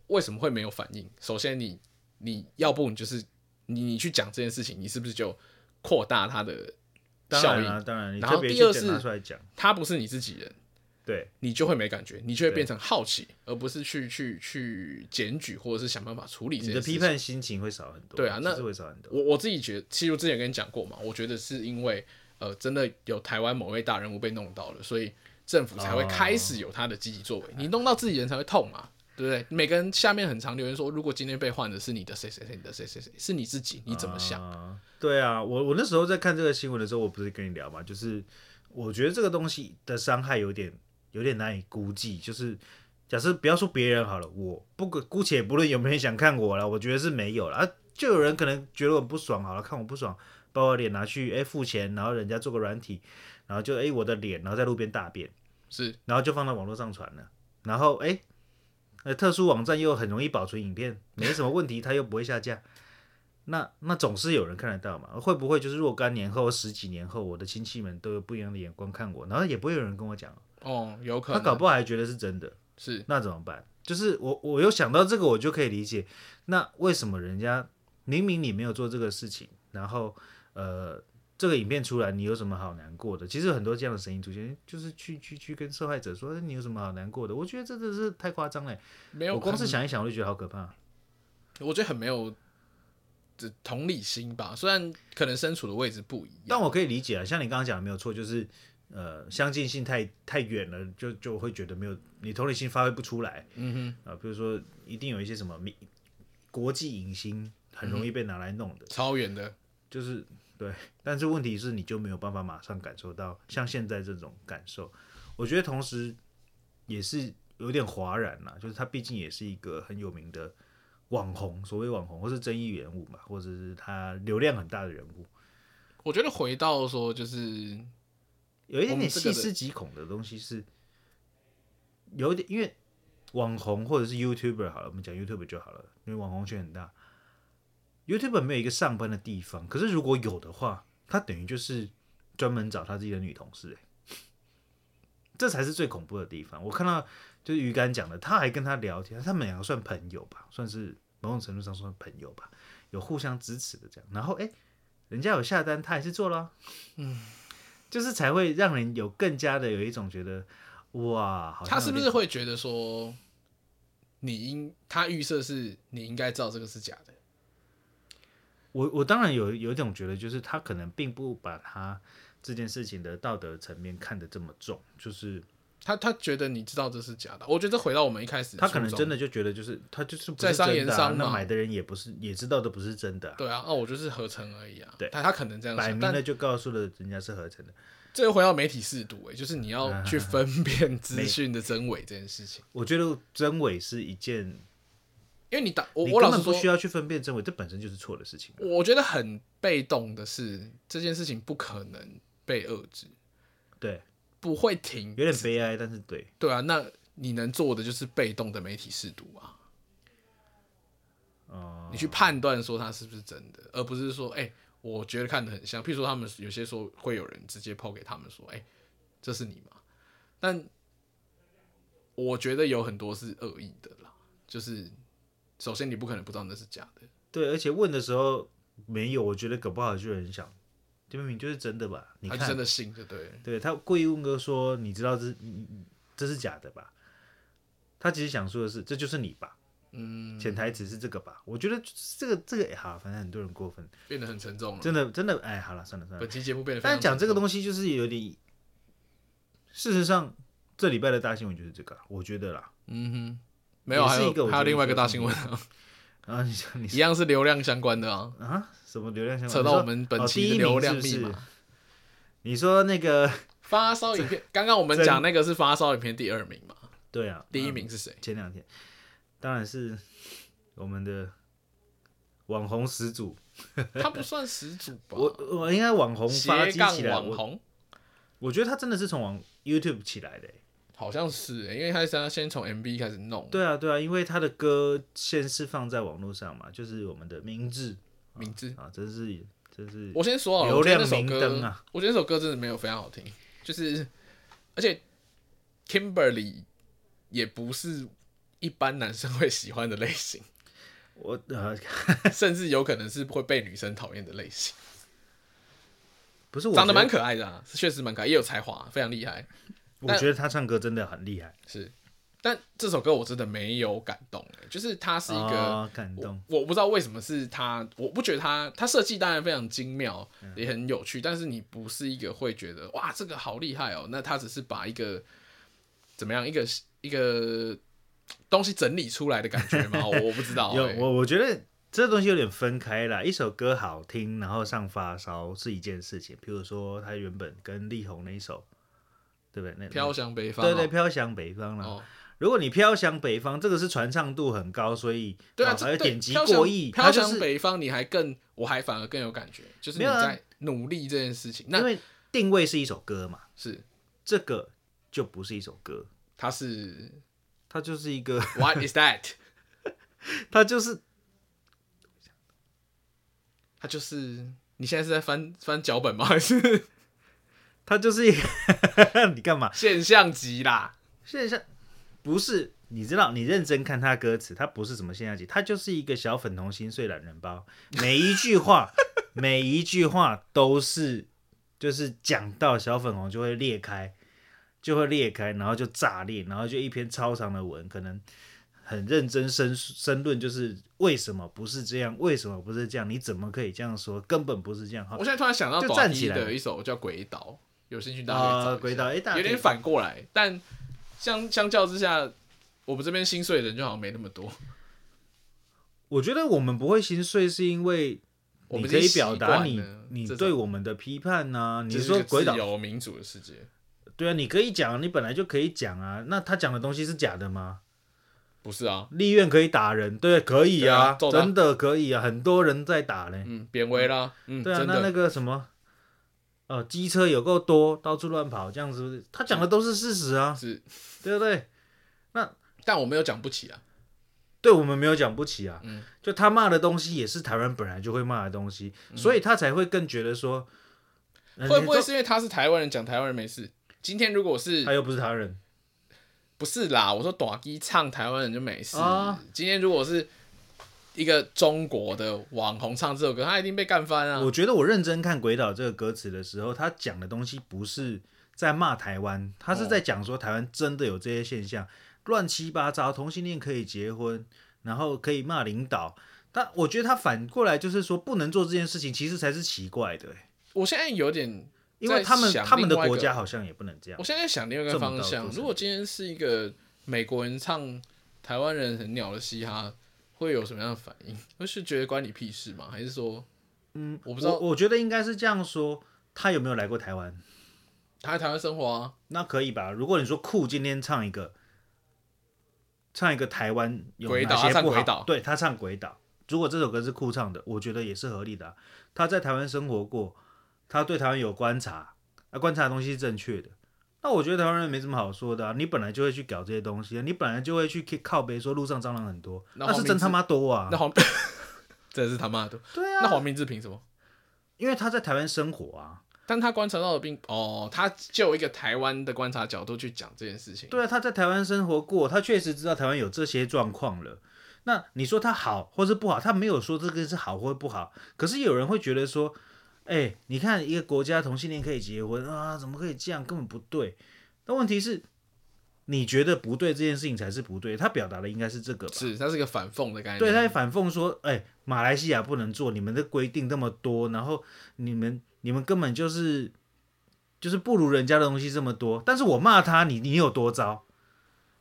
[SPEAKER 1] 为什么会没有反应？首先你，你要不你就是你你去讲这件事情，你是不是就扩大它的
[SPEAKER 2] 当
[SPEAKER 1] 效
[SPEAKER 2] 然
[SPEAKER 1] 应？
[SPEAKER 2] 啦、当然你
[SPEAKER 1] 然后
[SPEAKER 2] 特别
[SPEAKER 1] 第
[SPEAKER 2] 去
[SPEAKER 1] 二
[SPEAKER 2] 讲
[SPEAKER 1] 是
[SPEAKER 2] 拿出来讲，
[SPEAKER 1] 他不是你自己人，
[SPEAKER 2] 对
[SPEAKER 1] 你就会没感觉，你就会变成好奇，而不是去去去检举或者是想办法处理这
[SPEAKER 2] 你
[SPEAKER 1] 件
[SPEAKER 2] 的
[SPEAKER 1] 事情
[SPEAKER 2] 批。判心情会少很多。
[SPEAKER 1] 对啊那
[SPEAKER 2] 其实会少很多。
[SPEAKER 1] 我我自己觉得，其实我之前跟你讲过嘛，我觉得是因为呃，真的有台湾某位大人物被弄到了，所以政府才会
[SPEAKER 2] 哦
[SPEAKER 1] 开始有他的积极作为。你弄到自己人才会痛嘛，对不对？每个人下面很常留言说，如果今天被换的是你的谁谁谁，你的谁谁谁，是你自己，你怎么想？
[SPEAKER 2] 啊对啊，我我那时候在看这个新闻的时候，我不是跟你聊嘛，就是我觉得这个东西的伤害有点有点难以估计。就是假设不要说别人好了，我不管姑且不论有没有人想看我了，我觉得是没有了啊。就有人可能觉得我很不爽，好了，看我不爽，把我脸拿去，哎、付钱，然后人家做个软体，然后就哎、我的脸，然后在路边大便，
[SPEAKER 1] 是
[SPEAKER 2] 然后就放到网络上传了，然后哎。呃，特殊网站又很容易保存影片，没什么问题，它又不会下架。 那那总是有人看得到嘛？会不会就是若干年后、十几年后，我的亲戚们都有不一样的眼光看我，然后也不会有人跟我讲，
[SPEAKER 1] 哦，有可
[SPEAKER 2] 他
[SPEAKER 1] 能
[SPEAKER 2] 搞不好还觉得是真的，
[SPEAKER 1] 是
[SPEAKER 2] 那怎么办？就是我我有想到这个，我就可以理解，那为什么人家明明你没有做这个事情，然后呃这个影片出来，你有什么好难过的？其实很多这样的声音出现，就是去去去跟受害者说哎你有什么好难过的？我觉得真的是太夸张了欸，
[SPEAKER 1] 没有
[SPEAKER 2] 我光
[SPEAKER 1] 可
[SPEAKER 2] 是想一想我就觉得好可怕。
[SPEAKER 1] 我觉得很没有这同理心吧。虽然可能身处的位置不一样，
[SPEAKER 2] 但我可以理解啊，像你刚刚讲的没有错，就是呃相近性太太远了，就就会觉得没有你同理心发挥不出来。嗯哼，啊、比如说一定有一些什么明国际影星很容易被拿来弄的，
[SPEAKER 1] 超远的，
[SPEAKER 2] 就是对，但是问题是你就没有办法马上感受到像现在这种感受。我觉得同时也是有点哗然啦，就是他毕竟也是一个很有名的网红，所谓网红或是争议人物嘛，或者是他流量很大的人物。
[SPEAKER 1] 我觉得回到说就是我
[SPEAKER 2] 有一点
[SPEAKER 1] 们
[SPEAKER 2] 点
[SPEAKER 1] 这个
[SPEAKER 2] 细
[SPEAKER 1] 的
[SPEAKER 2] 思极恐的东西是，有一点因为网红或者是 YouTuber 好了，我们讲 YouTuber 就好了，因为网红圈很大。YouTuber 没有一个上班的地方，可是如果有的话，他等于就是专门找他自己的女同事、欸，这才是最恐怖的地方。我看到就是鱼竿讲的，他还跟他聊天，他们两个算朋友吧，算是某种程度上算朋友吧，有互相支持的这样。然后哎、欸人家有下单，他还是做了啊、就是才会让人有更加的有一种觉得，哇，好像
[SPEAKER 1] 他是不
[SPEAKER 2] 有
[SPEAKER 1] 是
[SPEAKER 2] 点
[SPEAKER 1] 会觉得说你应他预设是你应该知道这个是假的，
[SPEAKER 2] 我我当然有有一种觉得，就是他可能并不把他这件事情的道德层面看得这么重，就是
[SPEAKER 1] 他他觉得你知道这是假的。我觉得这回到我们一开始的
[SPEAKER 2] 他可能
[SPEAKER 1] 初衷
[SPEAKER 2] 真的就觉得就是他就是不
[SPEAKER 1] 在
[SPEAKER 2] 是
[SPEAKER 1] 商
[SPEAKER 2] 真
[SPEAKER 1] 言
[SPEAKER 2] 的啊、
[SPEAKER 1] 商
[SPEAKER 2] 那
[SPEAKER 1] 嘛
[SPEAKER 2] 买的人也不是也知道的不是真的啊、
[SPEAKER 1] 对啊，哦，我就是合成而已啊。
[SPEAKER 2] 对
[SPEAKER 1] 但他可能这样
[SPEAKER 2] 摆
[SPEAKER 1] 想，
[SPEAKER 2] 明
[SPEAKER 1] 但
[SPEAKER 2] 了就告诉了人家是合成的。
[SPEAKER 1] 这又回到媒体试读、欸，就是你
[SPEAKER 2] 啊
[SPEAKER 1] 要去分辨资讯的真伪这件事情，
[SPEAKER 2] 我觉得真伪是一件，
[SPEAKER 1] 因为你打我
[SPEAKER 2] 你
[SPEAKER 1] 我
[SPEAKER 2] 根
[SPEAKER 1] 老
[SPEAKER 2] 本
[SPEAKER 1] 实
[SPEAKER 2] 不
[SPEAKER 1] 说，
[SPEAKER 2] 需要去分辨真伪，这本身就是错的事情。啊
[SPEAKER 1] 我觉得很被动的是这件事情不可能被遏制，
[SPEAKER 2] 对，
[SPEAKER 1] 不会停
[SPEAKER 2] 有，点悲哀，但是对，
[SPEAKER 1] 对啊，那你能做的就是被动的媒体试读啊，
[SPEAKER 2] 哦、
[SPEAKER 1] 你去判断说它是不是真的，而不是说，哎、我觉得看得很像。譬如说，他们有些时候会有人直接抛给他们说，哎、这是你吗？但我觉得有很多是恶意的啦，就是首先你不可能不知道那是假的，
[SPEAKER 2] 对，而且问的时候没有，我觉得搞不好就有人想，这明明就是真的吧？你
[SPEAKER 1] 他
[SPEAKER 2] 看，
[SPEAKER 1] 就真的信，就对了。
[SPEAKER 2] 对他故意问哥说：“你知道这你你这是假的吧？”他其实想说的是，这就是你吧，
[SPEAKER 1] 嗯，
[SPEAKER 2] 潜台词是这个吧？我觉得这个这个哎好，反正很多人过分，
[SPEAKER 1] 变得很沉重了。
[SPEAKER 2] 真的真的哎，好了算了算了
[SPEAKER 1] 本。期节目变得非常
[SPEAKER 2] 但
[SPEAKER 1] 沉重，
[SPEAKER 2] 讲这个东西就是有点，事实上这礼拜的大新闻就是这个啊，我觉得啦。
[SPEAKER 1] 嗯哼，没有，
[SPEAKER 2] 也是
[SPEAKER 1] 还
[SPEAKER 2] 一个
[SPEAKER 1] 有
[SPEAKER 2] 我觉得
[SPEAKER 1] 还有另外一
[SPEAKER 2] 比
[SPEAKER 1] 个
[SPEAKER 2] 较
[SPEAKER 1] 大
[SPEAKER 2] 重
[SPEAKER 1] 新闻啊，
[SPEAKER 2] 啊，你说你
[SPEAKER 1] 一样是流量相关的啊，
[SPEAKER 2] 啊什么流量相关？
[SPEAKER 1] 扯到
[SPEAKER 2] 你说
[SPEAKER 1] 我们本
[SPEAKER 2] 哦
[SPEAKER 1] 期
[SPEAKER 2] 第
[SPEAKER 1] 的
[SPEAKER 2] 一
[SPEAKER 1] 流
[SPEAKER 2] 名
[SPEAKER 1] 量
[SPEAKER 2] 是不
[SPEAKER 1] 密
[SPEAKER 2] 是
[SPEAKER 1] 码。
[SPEAKER 2] 你说那个
[SPEAKER 1] 发烧影片，刚刚我们
[SPEAKER 2] 真
[SPEAKER 1] 讲那个是发烧影片第二名嘛？
[SPEAKER 2] 对啊，
[SPEAKER 1] 第一
[SPEAKER 2] 嗯
[SPEAKER 1] 名是谁？
[SPEAKER 2] 前两天，当然是我们的网红始祖
[SPEAKER 1] 他不算始祖吧？
[SPEAKER 2] 我我应该网红发
[SPEAKER 1] 斜
[SPEAKER 2] 迹
[SPEAKER 1] 杠
[SPEAKER 2] 起来，
[SPEAKER 1] 网
[SPEAKER 2] 我
[SPEAKER 1] 红
[SPEAKER 2] 我觉得他真的是从网 YouTube 起来的欸、
[SPEAKER 1] 好像是欸，因为他是先从 MV 开始弄，
[SPEAKER 2] 对啊，对啊，因为他的歌先是放在网络上嘛，就是我们的明智
[SPEAKER 1] 名字。
[SPEAKER 2] 啊，真是真是
[SPEAKER 1] 我先说好了，
[SPEAKER 2] 流量
[SPEAKER 1] 我觉得那首
[SPEAKER 2] 明灯
[SPEAKER 1] 歌，
[SPEAKER 2] 啊
[SPEAKER 1] 我觉得那首歌真的没有非常好听，就是而且 Kimberly 也不是一般男生会喜欢的类 型，
[SPEAKER 2] 我呃，
[SPEAKER 1] 甚至有可能是会被女生讨厌的类型。
[SPEAKER 2] 不是我
[SPEAKER 1] 长得
[SPEAKER 2] 觉
[SPEAKER 1] 蛮可爱的啊，是确实蛮可爱，也有才华，非常厉害。
[SPEAKER 2] 我觉得他唱歌真的很厉害，
[SPEAKER 1] 是，但这首歌我真的没有感动、欸，就是它是一个、
[SPEAKER 2] 啊感动。
[SPEAKER 1] 我，我不知道为什么是它，我不觉得它，它设计当然非常精妙，
[SPEAKER 2] 嗯
[SPEAKER 1] 也很有趣，但是你不是一个会觉得哇这个好厉害哦，那它只是把一个怎么样一个一个东西整理出来的感觉 吗？我我不知道、
[SPEAKER 2] 有
[SPEAKER 1] 欸
[SPEAKER 2] 我，我觉得这东西有点分开啦。一首歌好听，然后上发烧是一件事情。比如说他原本跟力宏那一首，对不对？那那
[SPEAKER 1] 飘向北方、
[SPEAKER 2] 对
[SPEAKER 1] 哦，
[SPEAKER 2] 对，飘向北方啦。
[SPEAKER 1] 哦
[SPEAKER 2] 如果你飘向北方，这个是传唱度很高，所以
[SPEAKER 1] 对啊，
[SPEAKER 2] 哦
[SPEAKER 1] 这
[SPEAKER 2] 还有
[SPEAKER 1] 对
[SPEAKER 2] 点击
[SPEAKER 1] 飘向
[SPEAKER 2] 过亿，它
[SPEAKER 1] 飘
[SPEAKER 2] 就
[SPEAKER 1] 向
[SPEAKER 2] 是
[SPEAKER 1] 北方，你还更，我还反而更有感觉，就是
[SPEAKER 2] 没
[SPEAKER 1] 你
[SPEAKER 2] 有啊
[SPEAKER 1] 在努力这件事情。
[SPEAKER 2] 因
[SPEAKER 1] 那
[SPEAKER 2] 为定位是一首歌嘛，
[SPEAKER 1] 是
[SPEAKER 2] 这个就不是一首歌，
[SPEAKER 1] 它是
[SPEAKER 2] 它就是一个，
[SPEAKER 1] What is that？
[SPEAKER 2] 它就是
[SPEAKER 1] 它就是你现在是在翻翻脚本吗？还是
[SPEAKER 2] 它就是一个， 你干嘛？
[SPEAKER 1] 现象级啦？
[SPEAKER 2] 现象不是，你知道，你认真看他歌词，他不是什么现象级，他就是一个小粉红心碎懒人包，每一句话，每一句话都是，就是讲到小粉红就会裂开，就会裂开，然后就炸裂，然后就一篇超长的文，可能很认真申申论，就是为什么不是这样，为什么不是这样，你怎么可以这样说，根本不是这样。好
[SPEAKER 1] 我现在突然想到
[SPEAKER 2] 哦就
[SPEAKER 1] 短
[SPEAKER 2] 站
[SPEAKER 1] 笛
[SPEAKER 2] 起来
[SPEAKER 1] 的一首叫《鬼岛》，有兴趣大家可以找一
[SPEAKER 2] 啊，
[SPEAKER 1] 下
[SPEAKER 2] 鬼岛，哎，大家
[SPEAKER 1] 有
[SPEAKER 2] 可以
[SPEAKER 1] 点反过来，但相相较之下，我们这边心碎的人就好像没那么多。
[SPEAKER 2] 我觉得我们不会心碎，是因为
[SPEAKER 1] 我
[SPEAKER 2] 你
[SPEAKER 1] 们
[SPEAKER 2] 可
[SPEAKER 1] 已
[SPEAKER 2] 以
[SPEAKER 1] 经习
[SPEAKER 2] 表
[SPEAKER 1] 惯
[SPEAKER 2] 达
[SPEAKER 1] 了
[SPEAKER 2] 你你
[SPEAKER 1] 这
[SPEAKER 2] 对
[SPEAKER 1] 种
[SPEAKER 2] 我们的批判呐、你
[SPEAKER 1] 这是
[SPEAKER 2] 说
[SPEAKER 1] 一个
[SPEAKER 2] 鬼岛
[SPEAKER 1] 自由民主的世界，
[SPEAKER 2] 对啊，你可以讲，你本来就可以讲啊。那他讲的东西是假的吗？
[SPEAKER 1] 不是啊？
[SPEAKER 2] 立院可以打人，对，可以
[SPEAKER 1] 对啊
[SPEAKER 2] 啊，
[SPEAKER 1] 揍他
[SPEAKER 2] 真的可以啊，很多人在打嘞。
[SPEAKER 1] 嗯，贬为啦，嗯，
[SPEAKER 2] 对啊，
[SPEAKER 1] 真
[SPEAKER 2] 那那
[SPEAKER 1] 的，
[SPEAKER 2] 个什么，呃，机车有够多，到处乱跑，这样是不是？他讲的都是事实 啊，
[SPEAKER 1] 是，
[SPEAKER 2] 对不对？
[SPEAKER 1] 但我没有讲不起啊。
[SPEAKER 2] 对我们没有讲不起啊。
[SPEAKER 1] 嗯
[SPEAKER 2] 就他骂的东西也是台湾本来就会骂的东西，所以他才会更觉得说，呃
[SPEAKER 1] 会不会
[SPEAKER 2] 这
[SPEAKER 1] 是因为他是台湾人，讲台湾人没事？今天如果
[SPEAKER 2] 他
[SPEAKER 1] 是
[SPEAKER 2] 又不是台湾人？
[SPEAKER 1] 不是啦？我说短一唱台湾人就没事
[SPEAKER 2] 啊。
[SPEAKER 1] 今天如果是一个中国的网红唱这首歌，他一定被干翻啊
[SPEAKER 2] 我。觉得我认真看《鬼岛》这个歌词的时候，他讲的东西不是在骂台湾，
[SPEAKER 1] 哦
[SPEAKER 2] 他是在讲说台湾真的有这些现象，乱七八糟，同性恋可以结婚，然后可以骂领导。但我觉得他反过来就是说不能做这件事情，其实才是奇怪的、欸
[SPEAKER 1] 我现在有点，
[SPEAKER 2] 因为他们
[SPEAKER 1] 在想
[SPEAKER 2] 他们的
[SPEAKER 1] 另外一个
[SPEAKER 2] 国家好像也不能这样
[SPEAKER 1] 我。现在想另外一个方
[SPEAKER 2] 这么
[SPEAKER 1] 向
[SPEAKER 2] 高，
[SPEAKER 1] 如果今天是一个美国人唱台湾人很鸟的嘻哈，会有什么样的反应？会是觉得关你屁事吗？还是说，嗯，我
[SPEAKER 2] 我
[SPEAKER 1] 不知道
[SPEAKER 2] 我觉得应该是这样说，他有没有来过台湾？
[SPEAKER 1] 他在台湾生活啊？
[SPEAKER 2] 那可以吧？如果你说酷今天唱一个，唱一个台湾有
[SPEAKER 1] 鬼
[SPEAKER 2] 哪
[SPEAKER 1] 岛他
[SPEAKER 2] 些
[SPEAKER 1] 唱
[SPEAKER 2] 不
[SPEAKER 1] 鬼
[SPEAKER 2] 好
[SPEAKER 1] 岛？
[SPEAKER 2] 对他唱鬼岛，如果这首歌是酷唱的，我觉得也是合理的啊、他在台湾生活过，他对台湾有观察，啊，观察的东西是正确的。那我觉得台湾人没什么好说的啊，你本来就会去搞这些东西啊，你本来就会去靠背说路上蟑螂很多，
[SPEAKER 1] 那
[SPEAKER 2] 那
[SPEAKER 1] 黄
[SPEAKER 2] 是
[SPEAKER 1] 明
[SPEAKER 2] 真他
[SPEAKER 1] 志
[SPEAKER 2] 妈多啊
[SPEAKER 1] 那。黄， 真的是他妈的。
[SPEAKER 2] 对
[SPEAKER 1] 那
[SPEAKER 2] 啊，
[SPEAKER 1] 黄明志凭什么？
[SPEAKER 2] 因为他在台湾生活啊，
[SPEAKER 1] 但他观察到的并哦，他就一个台湾的观察角度去讲这件事情。
[SPEAKER 2] 对啊，他在台湾生活过，他确实知道台湾有这些状况了。那你说他好或是不好，他没有说这个是好或不好。可是有人会觉得说，哎、你看一个国家同性恋可以结婚啊，怎么可以这样？根本不对。那问题是，你觉得不对这件事情才是不对。他表达的应该是这个吧？
[SPEAKER 1] 是，他是一个反讽的概念。
[SPEAKER 2] 对，他在反讽说：“哎、马来西亚不能做，你们的规定那么多，然后你们你们根本就是就是不如人家的东西这么多。但是我骂他，你你有多糟？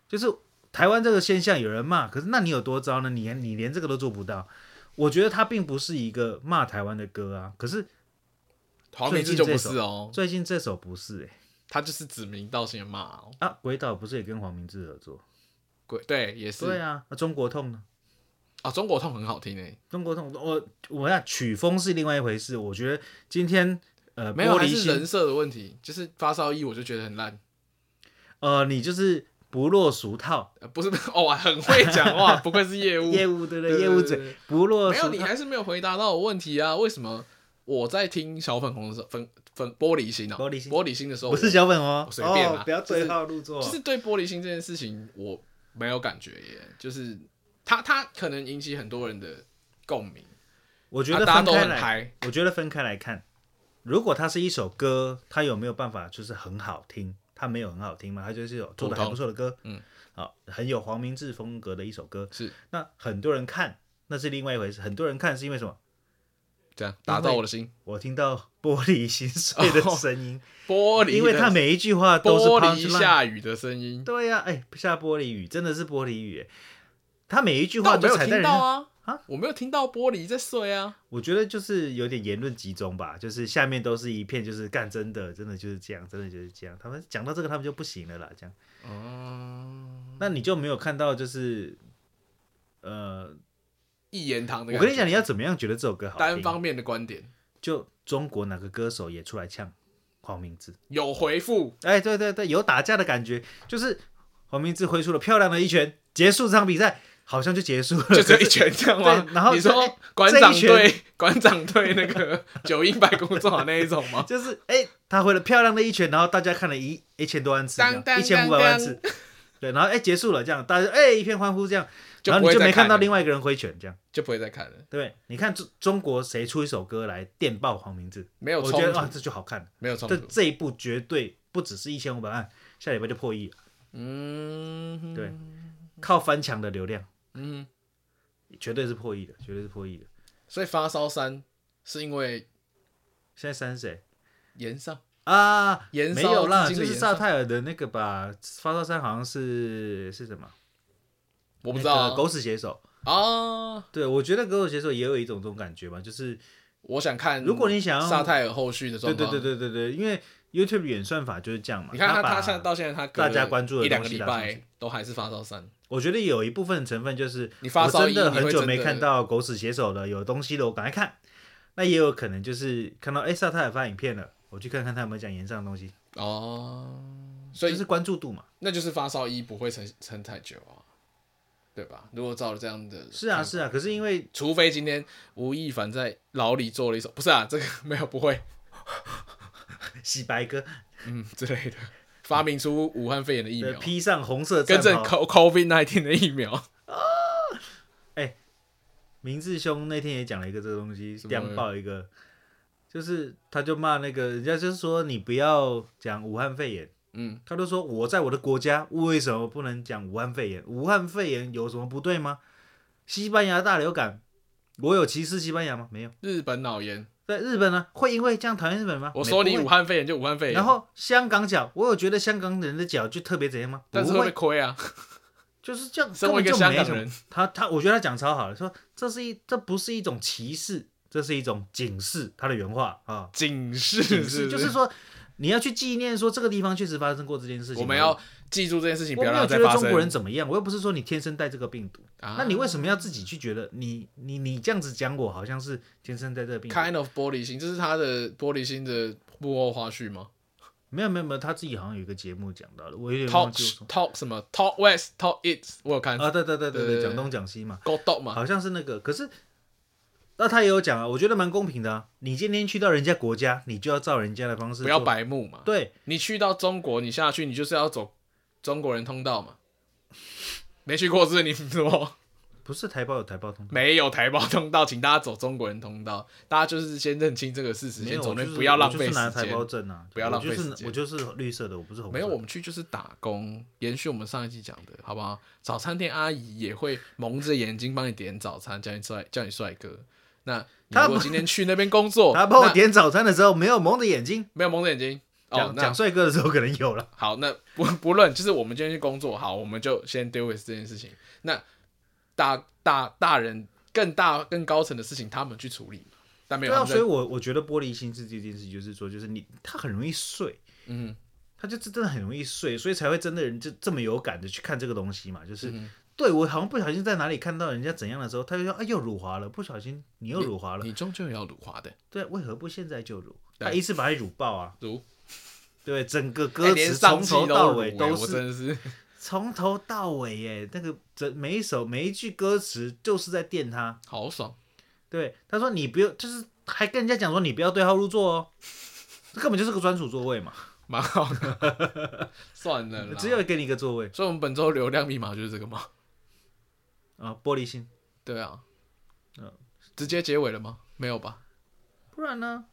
[SPEAKER 2] 就是台湾这个现象有人骂，可是那你有多糟呢？你你连这个都做不到。我觉得他并不是一个骂台湾的歌啊，可是
[SPEAKER 1] 黄明志就不是哦，
[SPEAKER 2] 最近这首不是哎、
[SPEAKER 1] 他就是指名道姓的骂哦。
[SPEAKER 2] 啊，鬼岛不是也跟黄明志合作？
[SPEAKER 1] 鬼对，也是
[SPEAKER 2] 对
[SPEAKER 1] 啊、
[SPEAKER 2] 啊，那中国痛呢？
[SPEAKER 1] 中国痛很好听欸诶，
[SPEAKER 2] 中国痛，我我要曲风是另外一回事。我觉得今天呃，
[SPEAKER 1] 没有
[SPEAKER 2] 玻
[SPEAKER 1] 还
[SPEAKER 2] 璃
[SPEAKER 1] 是
[SPEAKER 2] 心
[SPEAKER 1] 人设的问题，就是发烧一我就觉得很烂，
[SPEAKER 2] 呃，你就是不落俗套，
[SPEAKER 1] 呃、不是 哦，很会讲 话，不愧是业务。
[SPEAKER 2] 业务对不对？
[SPEAKER 1] 嗯对
[SPEAKER 2] 业务
[SPEAKER 1] 对对
[SPEAKER 2] 嘴不落
[SPEAKER 1] 没有，
[SPEAKER 2] 俗
[SPEAKER 1] 你
[SPEAKER 2] 套。
[SPEAKER 1] 还是没有回答到我问题啊？为什么我在听小粉红的时候，粉粉玻璃心啊、
[SPEAKER 2] 玻璃心
[SPEAKER 1] 玻璃心的时候，
[SPEAKER 2] 不是小粉哦，
[SPEAKER 1] 我随便啦
[SPEAKER 2] 哦，不要
[SPEAKER 1] 就是
[SPEAKER 2] 对号入座。
[SPEAKER 1] 就是对玻璃心这件事情，我没有感觉耶。就是他他可能引起很多人的共鸣，
[SPEAKER 2] 我觉
[SPEAKER 1] 啊
[SPEAKER 2] 得
[SPEAKER 1] 大家
[SPEAKER 2] 分
[SPEAKER 1] 都
[SPEAKER 2] 开
[SPEAKER 1] 很
[SPEAKER 2] 来，
[SPEAKER 1] 嗨。
[SPEAKER 2] 我觉得分开来看，如果它是一首歌，它有没有办法就是很好听？它没有很好听嘛，它就是有做
[SPEAKER 1] 普
[SPEAKER 2] 的
[SPEAKER 1] 通
[SPEAKER 2] 还不错的歌，
[SPEAKER 1] 嗯，
[SPEAKER 2] 好，很有黄明志风格的一首歌。
[SPEAKER 1] 是
[SPEAKER 2] 那很多人看，那是另外一回事。很多人看是因为什么？
[SPEAKER 1] 这样打造我的心，
[SPEAKER 2] 我听到玻璃心碎的声音，
[SPEAKER 1] 哦玻璃的，
[SPEAKER 2] 因为他每一句话都是
[SPEAKER 1] 玻
[SPEAKER 2] punchline
[SPEAKER 1] 璃下雨的声音，
[SPEAKER 2] 对呀、哎、下玻璃雨真的是玻璃雨耶，他每一句
[SPEAKER 1] 但
[SPEAKER 2] 话
[SPEAKER 1] 我没
[SPEAKER 2] 都
[SPEAKER 1] 有
[SPEAKER 2] 踩在
[SPEAKER 1] 听
[SPEAKER 2] 人
[SPEAKER 1] 到
[SPEAKER 2] 家。
[SPEAKER 1] 啊
[SPEAKER 2] 啊，
[SPEAKER 1] 我没有听到玻璃在碎啊。
[SPEAKER 2] 我觉得就是有点言论集中吧，就是下面都是一片就是干真的，真的就是这样，真的就是这样。他们讲到这个，他们就不行了啦，这样。
[SPEAKER 1] 哦，
[SPEAKER 2] 那你就没有看到就是，呃，
[SPEAKER 1] 一言堂的
[SPEAKER 2] 我
[SPEAKER 1] 感觉，
[SPEAKER 2] 跟你讲，你要怎么样觉得这首歌好听？
[SPEAKER 1] 单方面的观点
[SPEAKER 2] 就中国哪个歌手也出来呛黄明志，
[SPEAKER 1] 有回复，
[SPEAKER 2] 哎，对对对，有打架的感觉，就是黄明志挥出了漂亮的一拳，结束这场比赛，好像就结束了，
[SPEAKER 1] 就只有一拳这样吗？
[SPEAKER 2] 对然后
[SPEAKER 1] 你
[SPEAKER 2] 这
[SPEAKER 1] 说
[SPEAKER 2] 哎
[SPEAKER 1] 馆长
[SPEAKER 2] 这一拳
[SPEAKER 1] 对馆长对那个 九阴白骨爪那一种吗？
[SPEAKER 2] 就是哎、他回了漂亮的一拳，然后大家看了一一千多万次
[SPEAKER 1] 当，当
[SPEAKER 2] 一千五百万次， 对，然后哎、结束了，这样大家哎、一片欢呼，这样，
[SPEAKER 1] 就
[SPEAKER 2] 然
[SPEAKER 1] 不
[SPEAKER 2] 后
[SPEAKER 1] 会
[SPEAKER 2] 你就
[SPEAKER 1] 再
[SPEAKER 2] 没看到
[SPEAKER 1] 了
[SPEAKER 2] 另外一个人挥拳，这样
[SPEAKER 1] 就不会再看了，
[SPEAKER 2] 对不对？你看中中国谁出一首歌来电爆黄明志，
[SPEAKER 1] 没有
[SPEAKER 2] 我
[SPEAKER 1] 冲
[SPEAKER 2] 觉得哇
[SPEAKER 1] 突，
[SPEAKER 2] 这就好看了，
[SPEAKER 1] 没有冲
[SPEAKER 2] 这
[SPEAKER 1] 突。
[SPEAKER 2] 这一部绝对不只是一千五百万，下礼拜就破亿了，
[SPEAKER 1] 嗯，
[SPEAKER 2] 对，靠翻墙的流量
[SPEAKER 1] 嗯，
[SPEAKER 2] 绝对是破亿的，绝对是破亿的。
[SPEAKER 1] 所以发烧三是因为
[SPEAKER 2] 现在三是谁？
[SPEAKER 1] 延上
[SPEAKER 2] 啊，
[SPEAKER 1] 延
[SPEAKER 2] 没
[SPEAKER 1] 烧
[SPEAKER 2] 有啦，
[SPEAKER 1] 至今
[SPEAKER 2] 就
[SPEAKER 1] 的
[SPEAKER 2] 是
[SPEAKER 1] 延
[SPEAKER 2] 萨
[SPEAKER 1] 烧
[SPEAKER 2] 泰尔的那个吧，发烧三好像是是什么？
[SPEAKER 1] 我
[SPEAKER 2] 我
[SPEAKER 1] 不知道啊
[SPEAKER 2] 狗屎写手。
[SPEAKER 1] 啊，
[SPEAKER 2] 对，我觉得狗屎写手也有一种这种感觉吧，就是
[SPEAKER 1] 我想看。
[SPEAKER 2] 如果你想要
[SPEAKER 1] 沙泰尔后续的
[SPEAKER 2] 对
[SPEAKER 1] 状
[SPEAKER 2] 对
[SPEAKER 1] 况，
[SPEAKER 2] 对
[SPEAKER 1] 对，
[SPEAKER 2] 对对对，因为 YouTube 演算法就是这样嘛。
[SPEAKER 1] 啊你看他
[SPEAKER 2] 把
[SPEAKER 1] 他现在到现在他隔
[SPEAKER 2] 大家关注的
[SPEAKER 1] 一两个
[SPEAKER 2] 东西
[SPEAKER 1] 礼
[SPEAKER 2] 拉上去
[SPEAKER 1] 拜都还是发烧三，
[SPEAKER 2] 我觉得有一部分成分就是
[SPEAKER 1] 你发烧
[SPEAKER 2] 我真的
[SPEAKER 1] 一你会
[SPEAKER 2] 很久
[SPEAKER 1] 真
[SPEAKER 2] 没
[SPEAKER 1] 的
[SPEAKER 2] 看到狗屎写手了，有东西了，我赶快看。那也有可能就是看到哎萨泰尔发影片了，我去看看他有没有讲延上的东西，
[SPEAKER 1] 哦，所
[SPEAKER 2] 就
[SPEAKER 1] 以
[SPEAKER 2] 是关注度嘛。
[SPEAKER 1] 那就是发烧一不会撑撑太久啊，对吧？如果照着这样的，
[SPEAKER 2] 是啊，是啊，可是因为
[SPEAKER 1] 除非今天吴亦凡在牢里做了一首，不是啊，这个 没有不会，
[SPEAKER 2] 洗白哥
[SPEAKER 1] 嗯之类的，发明出武汉肺炎的疫
[SPEAKER 2] 呃
[SPEAKER 1] 苗，
[SPEAKER 2] 披上红色
[SPEAKER 1] 跟
[SPEAKER 2] 战
[SPEAKER 1] 正
[SPEAKER 2] 袍，
[SPEAKER 1] CO COVID nineteen 的疫苗，
[SPEAKER 2] 明志兄那天也讲了一个这个东西，
[SPEAKER 1] 什么
[SPEAKER 2] 亮爆一个，就是他就骂那个人家就是说你不要讲武汉肺炎，
[SPEAKER 1] 嗯，
[SPEAKER 2] 他就说我在我的国家为什么不能讲武汉肺炎？武汉肺炎有什么不对吗？西班牙大流感，我有歧视西班牙吗？没有。
[SPEAKER 1] 日本脑炎，
[SPEAKER 2] 在日本呢，会因为这样讨厌日本吗？
[SPEAKER 1] 我说
[SPEAKER 2] 没
[SPEAKER 1] 你
[SPEAKER 2] 哎不会
[SPEAKER 1] 武汉肺炎就武汉肺炎，
[SPEAKER 2] 然后香港脚，我有觉得香港人的脚就特别怎样吗？
[SPEAKER 1] 但是
[SPEAKER 2] 不
[SPEAKER 1] 会被
[SPEAKER 2] 会，
[SPEAKER 1] 亏啊，
[SPEAKER 2] 就是这样，
[SPEAKER 1] 身为一个
[SPEAKER 2] 根本
[SPEAKER 1] 香
[SPEAKER 2] 就没
[SPEAKER 1] 港
[SPEAKER 2] 什么
[SPEAKER 1] 人，
[SPEAKER 2] 他他，我觉得他讲超好的，说这是一这不是一种歧视，这是一种警示，他的原话啊，
[SPEAKER 1] 警示
[SPEAKER 2] 警
[SPEAKER 1] 是
[SPEAKER 2] 示
[SPEAKER 1] 不
[SPEAKER 2] 就是说你要去纪念说这个地方确实发生过这件事情。
[SPEAKER 1] 我们要记住这件事情，
[SPEAKER 2] 我
[SPEAKER 1] 不
[SPEAKER 2] 没
[SPEAKER 1] 要让
[SPEAKER 2] 有
[SPEAKER 1] 它
[SPEAKER 2] 觉
[SPEAKER 1] 再
[SPEAKER 2] 得
[SPEAKER 1] 发
[SPEAKER 2] 中
[SPEAKER 1] 生。
[SPEAKER 2] 国人怎么样，我又不是说你天生带这个病毒，
[SPEAKER 1] 啊
[SPEAKER 2] 那你为什么要自己去觉得你你你这样子讲我好像是天生带这个病毒？
[SPEAKER 1] kind of 玻璃心，这是他的玻璃心的幕后花絮吗
[SPEAKER 2] 没有没有没有，他自己好像有一个节目讲到的，我有点忘
[SPEAKER 1] ？Talk
[SPEAKER 2] 记我说
[SPEAKER 1] talk 什么 Talk West Talk East，我有看
[SPEAKER 2] 啊，对对对对
[SPEAKER 1] 对
[SPEAKER 2] 对，
[SPEAKER 1] 对
[SPEAKER 2] 讲东讲西嘛，
[SPEAKER 1] Go Dog 嘛，
[SPEAKER 2] 好像是那个，可是那他也有讲啊，我觉得蛮公平的啊。你今天去到人家国家，你就要照人家的方式，
[SPEAKER 1] 不要。白目嘛。
[SPEAKER 2] 对，
[SPEAKER 1] 你去到中国，你下去你就是要走中国人通道嘛。没去过是不是你说
[SPEAKER 2] 不是台胞有台胞通道，
[SPEAKER 1] 没有台胞通道，请大家走中国人通道。大家就是先认清这个事实，
[SPEAKER 2] 没
[SPEAKER 1] 先
[SPEAKER 2] 有，
[SPEAKER 1] 走
[SPEAKER 2] 我
[SPEAKER 1] 那
[SPEAKER 2] 就是
[SPEAKER 1] 不要浪
[SPEAKER 2] 我
[SPEAKER 1] 费
[SPEAKER 2] 就是拿
[SPEAKER 1] 时
[SPEAKER 2] 台胞
[SPEAKER 1] 间。
[SPEAKER 2] 证啊，
[SPEAKER 1] 不要浪费
[SPEAKER 2] 我就
[SPEAKER 1] 时
[SPEAKER 2] 是
[SPEAKER 1] 间
[SPEAKER 2] 我就是绿色的，我不是红色
[SPEAKER 1] 没
[SPEAKER 2] 的。
[SPEAKER 1] 有，我们去就是打工，延续我们上一集讲的，好不好？早餐店阿姨也会蒙着眼睛帮你点早餐，叫你帅，叫你帅哥。那你
[SPEAKER 2] 他
[SPEAKER 1] 如果
[SPEAKER 2] 不
[SPEAKER 1] 今天去那边工作，
[SPEAKER 2] 他帮我
[SPEAKER 1] 那
[SPEAKER 2] 点早餐的时候没有蒙着眼睛，
[SPEAKER 1] 没有蒙着眼睛哦
[SPEAKER 2] 讲。
[SPEAKER 1] 那
[SPEAKER 2] 讲帅哥的时候可能有了。
[SPEAKER 1] 好，那不 不论，就是我们今天去工作，好，我们就先 deal with 这件事情。那大大大人更大更高层的事情，他们去处理嘛但没
[SPEAKER 2] 对
[SPEAKER 1] 有
[SPEAKER 2] 啊，
[SPEAKER 1] 他们
[SPEAKER 2] 所以
[SPEAKER 1] 在，
[SPEAKER 2] 我我觉得玻璃心智这件事，就是说，就是你他很容易碎，
[SPEAKER 1] 嗯，
[SPEAKER 2] 他就真的很容易碎，所以才会真的人就这么有感的去看这个东西嘛，
[SPEAKER 1] 嗯
[SPEAKER 2] 就是。对，我好像不小心在哪里看到人家怎样的时候，他就说：“哎，又辱华了！”不小心你又辱华了，
[SPEAKER 1] 你终究要辱华的，
[SPEAKER 2] 对，啊为何不现在就辱？
[SPEAKER 1] 对
[SPEAKER 2] 他一次把你辱爆啊！
[SPEAKER 1] 如
[SPEAKER 2] 对，整个
[SPEAKER 1] 哎
[SPEAKER 2] 歌
[SPEAKER 1] 连
[SPEAKER 2] 词
[SPEAKER 1] 上
[SPEAKER 2] 从
[SPEAKER 1] 季
[SPEAKER 2] 头到
[SPEAKER 1] 辱
[SPEAKER 2] 尾
[SPEAKER 1] 哎
[SPEAKER 2] 都
[SPEAKER 1] 我
[SPEAKER 2] 是
[SPEAKER 1] 真的是，
[SPEAKER 2] 从头到尾耶，那个整每一首每一句歌词就是在电他。
[SPEAKER 1] 好爽，
[SPEAKER 2] 对，他说你不要，就是还跟人家讲说你不要对号入座哦，这根本就是个专属座位嘛，
[SPEAKER 1] 蛮好的， 算了啦。
[SPEAKER 2] 只有给你一个座位
[SPEAKER 1] 所以我们本周流量密码就是这个吗？
[SPEAKER 2] 啊、玻璃心，
[SPEAKER 1] 对啊，
[SPEAKER 2] 嗯
[SPEAKER 1] 直接结尾了吗？没有吧？
[SPEAKER 2] 不然呢？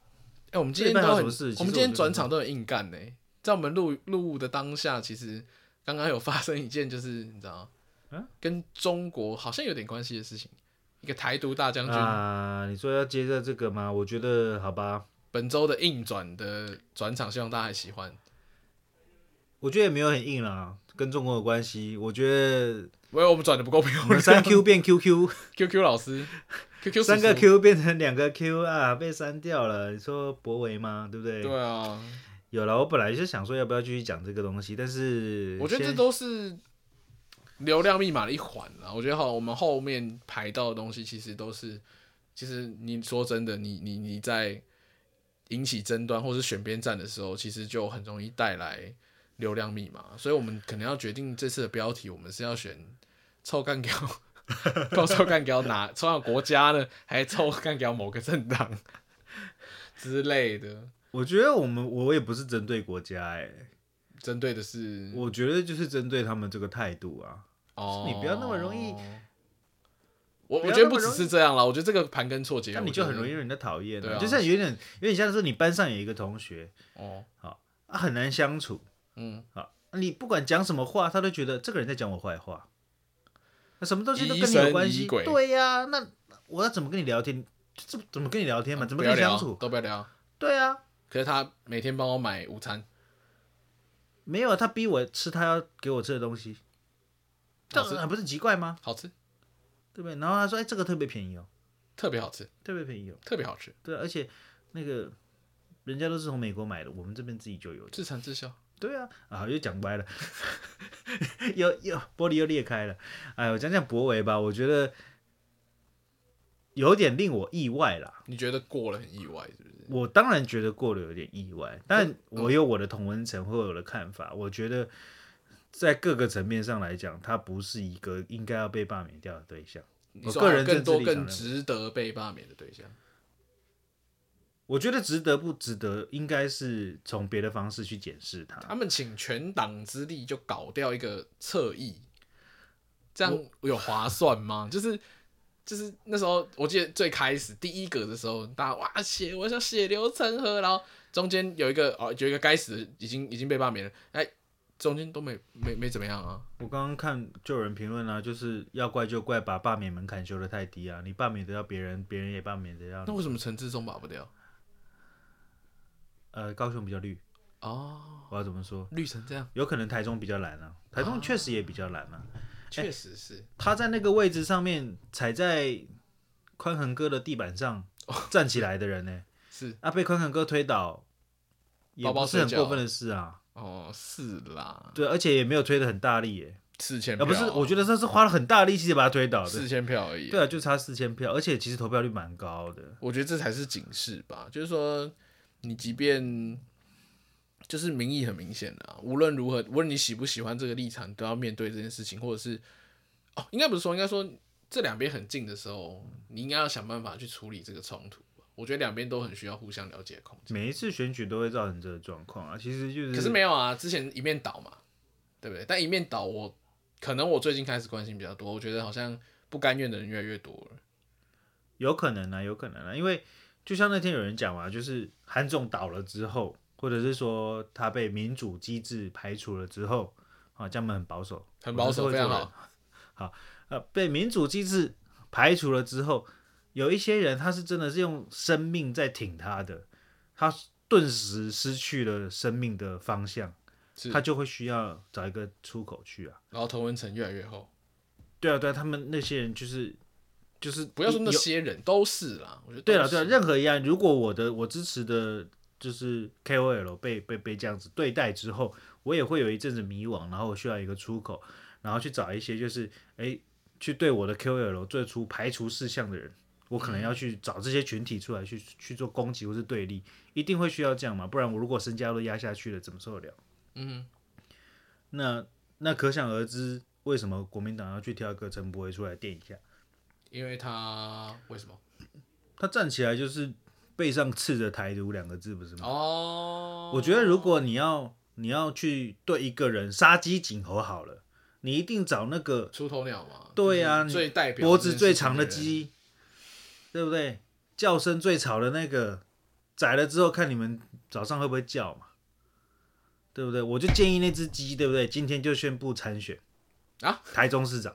[SPEAKER 1] 哎、我们今天
[SPEAKER 2] 这礼拜
[SPEAKER 1] 都
[SPEAKER 2] 还
[SPEAKER 1] 很，
[SPEAKER 2] 有什么事
[SPEAKER 1] 我们
[SPEAKER 2] 其
[SPEAKER 1] 今
[SPEAKER 2] 实我
[SPEAKER 1] 天
[SPEAKER 2] 觉得
[SPEAKER 1] 转场都很硬干呢、在我们录录的当下，其实刚刚有发生一件，就是你知道，
[SPEAKER 2] 嗯
[SPEAKER 1] 跟中国好像有点关系的事情，一个台独大将军、
[SPEAKER 2] 啊，你说要接着这个吗？我觉得好吧，
[SPEAKER 1] 本周的硬转的转场，希望大家还喜欢。
[SPEAKER 2] 我觉得也没有很硬啦，跟中国有关系。我觉得
[SPEAKER 1] 因为我们转的不够啊漂
[SPEAKER 2] 我
[SPEAKER 1] 亮
[SPEAKER 2] 们三 Q 变 QQ，
[SPEAKER 1] QQ 老师，QQ
[SPEAKER 2] 三个
[SPEAKER 1] 叔叔
[SPEAKER 2] Q 变成两个 Q 啊，被删掉了。你说博维吗？对不对？
[SPEAKER 1] 对啊，
[SPEAKER 2] 有了，我本来就想说要不要继续讲这个东西，但是
[SPEAKER 1] 我觉得这
[SPEAKER 2] 先
[SPEAKER 1] 都是流量密码的一环啦。我觉得好，我们后面排到的东西其实都是，其实你说真的，你你你在引起争端或是选边站的时候，其实就很容易带来流量密码，所以我们可能要决定这次的标题，我们是要选臭干掉，不臭干掉哪臭干国家呢，还是臭干掉某个政党 之类的？
[SPEAKER 2] 我觉得我们我也不是针对国家哎、
[SPEAKER 1] 针对的是
[SPEAKER 2] 我觉得就是针对他们这个态度啊。
[SPEAKER 1] 哦，
[SPEAKER 2] 你不要那么容易。
[SPEAKER 1] 我我
[SPEAKER 2] 不要
[SPEAKER 1] 觉得
[SPEAKER 2] 那么
[SPEAKER 1] 不只
[SPEAKER 2] 容易
[SPEAKER 1] 是这样啦，我觉得这个盘根错节，
[SPEAKER 2] 那你
[SPEAKER 1] 我
[SPEAKER 2] 就
[SPEAKER 1] 觉
[SPEAKER 2] 很
[SPEAKER 1] 得
[SPEAKER 2] 容易让人家讨厌、
[SPEAKER 1] 对啊
[SPEAKER 2] 就像有点有点像是你班上有一个同学
[SPEAKER 1] 哦，
[SPEAKER 2] 啊，很难相处
[SPEAKER 1] 嗯，
[SPEAKER 2] 啊，你不管讲什么话，他都觉得这个人在讲我坏话，那什么东西都
[SPEAKER 1] 疑
[SPEAKER 2] 跟你
[SPEAKER 1] 神
[SPEAKER 2] 有关
[SPEAKER 1] 疑
[SPEAKER 2] 系。
[SPEAKER 1] 鬼
[SPEAKER 2] 对呀、那我要怎么跟你聊天？这怎么跟你聊天嘛？怎么
[SPEAKER 1] 啊不
[SPEAKER 2] 跟
[SPEAKER 1] 要
[SPEAKER 2] 你相
[SPEAKER 1] 聊，
[SPEAKER 2] 处？
[SPEAKER 1] 都不要聊。
[SPEAKER 2] 对啊，
[SPEAKER 1] 可是他每天帮我买午餐，
[SPEAKER 2] 没有啊，他逼我吃他要给我吃的东西，这
[SPEAKER 1] 好吃
[SPEAKER 2] 还不是奇怪吗？
[SPEAKER 1] 好吃，
[SPEAKER 2] 对不对？然后他说，哎，这个特别便宜哦，
[SPEAKER 1] 特别好吃，
[SPEAKER 2] 特别便宜哦，
[SPEAKER 1] 特别好吃，
[SPEAKER 2] 对啊、而且那个人家都是从美国买的，我们这边自己就有的。
[SPEAKER 1] 自产自销。
[SPEAKER 2] 对啊，啊，又讲歪了， 又又玻璃又裂开了。哎，我讲讲博维吧，我觉得有点令我意外啦。
[SPEAKER 1] 你觉得过了很意外，是不是？
[SPEAKER 2] 我当然觉得过得有点意外，但我有我的同温层或有我的看法。我觉得在各个层面上来讲，他不是一个应该要被罢免掉的对象。
[SPEAKER 1] 你
[SPEAKER 2] 我
[SPEAKER 1] 说
[SPEAKER 2] 个
[SPEAKER 1] 还有
[SPEAKER 2] 人
[SPEAKER 1] 更
[SPEAKER 2] 政治
[SPEAKER 1] 多
[SPEAKER 2] 立场
[SPEAKER 1] 更
[SPEAKER 2] 认为
[SPEAKER 1] 值得被罢免的对象，
[SPEAKER 2] 我觉得值得不值得，应该是从别的方式去检视他。
[SPEAKER 1] 他们请全党之力就搞掉一个侧翼，这样有划算吗？就是就是那时候，我记得最开始第一个的时候，大家哇血，我想血流成河，然后中间有一个哦，有一个该死的已经已经被罢免了，哎，中间都没没没怎么样啊，
[SPEAKER 2] 我刚刚看就有人评论啊，就是要怪就怪把罢免门槛修得太低啊，你罢免得到别人，别人也罢免得到你
[SPEAKER 1] 那。为什么陈志忠拔不掉？
[SPEAKER 2] 呃，高雄比较绿，
[SPEAKER 1] 哦，
[SPEAKER 2] 我要怎么说？
[SPEAKER 1] 绿成这样，
[SPEAKER 2] 有可能台中比较蓝啊，台中确实也比较蓝啊。
[SPEAKER 1] 确实是，
[SPEAKER 2] 他在那个位置上面踩在宽恒哥的地板上站起来的人呢、
[SPEAKER 1] 哦 是
[SPEAKER 2] 啊，被宽恒哥推倒，也
[SPEAKER 1] 包包
[SPEAKER 2] 不是很
[SPEAKER 1] 睡觉
[SPEAKER 2] 过分的事啊。
[SPEAKER 1] 哦，是啦，
[SPEAKER 2] 对，而且也没有推得很大力耶、
[SPEAKER 1] 四千
[SPEAKER 2] 啊，
[SPEAKER 1] 票，
[SPEAKER 2] 不是，我觉得他是花了很大力气才把他推倒
[SPEAKER 1] 四
[SPEAKER 2] 的。
[SPEAKER 1] 千票而已，
[SPEAKER 2] 对啊，就差四千票，而且其实投票率蛮高的。
[SPEAKER 1] 我觉得这才是警示吧，就是说，你即便就是民意很明显的、啊，无论如何，无论你喜不喜欢这个立场，都要面对这件事情，或者是哦，应该不是说，应该说这两边很近的时候，你应该要想办法去处理这个冲突吧。我觉得两边都很需要互相了解空间，
[SPEAKER 2] 每一次选举都会造成这个状况啊，其实就是
[SPEAKER 1] 可是没有啊，之前一面倒嘛，对不对？但一面倒我，可能我最近开始关心比较多，我觉得好像不甘愿的人越来越多了。
[SPEAKER 2] 有可能啊，有可能啊，因为就像那天有人讲嘛，就是韩总倒了之后，或者是说他被民主机制排除了之后，啊，这样们很保守，
[SPEAKER 1] 很保守
[SPEAKER 2] 我真是会
[SPEAKER 1] 非常
[SPEAKER 2] 做人。好，呃，被民主机制排除了之后，有一些人他是真的是用生命在挺他的，他顿时失去了生命的方向
[SPEAKER 1] 是，
[SPEAKER 2] 他就会需要找一个出口去啊。
[SPEAKER 1] 然后同文层越来越厚，
[SPEAKER 2] 对啊，对啊，他们那些人就是就是
[SPEAKER 1] 不要说那
[SPEAKER 2] 有
[SPEAKER 1] 些人都是啦，我觉得
[SPEAKER 2] 对啊
[SPEAKER 1] 了
[SPEAKER 2] 了对了，任何一样，如果我的我支持的就是 KOL 被被被这样子对待之后，我也会有一阵子迷惘，然后我需要一个出口，然后去找一些就是哎去对我的 KOL 做出排除事项的人。我可能要去找这些群体出来去去做攻击或是对立，一定会需要这样嘛？不然我如果身家都压下去了，怎么受得了？
[SPEAKER 1] 嗯，
[SPEAKER 2] 那那可想而知，为什么国民党要去挑一个陈柏惟出来垫一下？
[SPEAKER 1] 因为他为什么？
[SPEAKER 2] 他站起来就是背上刺着“台独”两个字，
[SPEAKER 1] 嗯
[SPEAKER 2] 不是吗？
[SPEAKER 1] 哦，
[SPEAKER 2] 我觉得如果你要你要去对一个人杀鸡儆猴好了，你一定找那个
[SPEAKER 1] 出头鸟嘛，
[SPEAKER 2] 对啊
[SPEAKER 1] 就是最代表
[SPEAKER 2] 脖子最长的
[SPEAKER 1] 这件事情人，
[SPEAKER 2] 鸡，对不对？叫声最吵的那个，宰了之后看你们早上会不会叫嘛，对不对？我就建议那只鸡，对不对？今天就宣布参选
[SPEAKER 1] 啊，
[SPEAKER 2] 台中市长。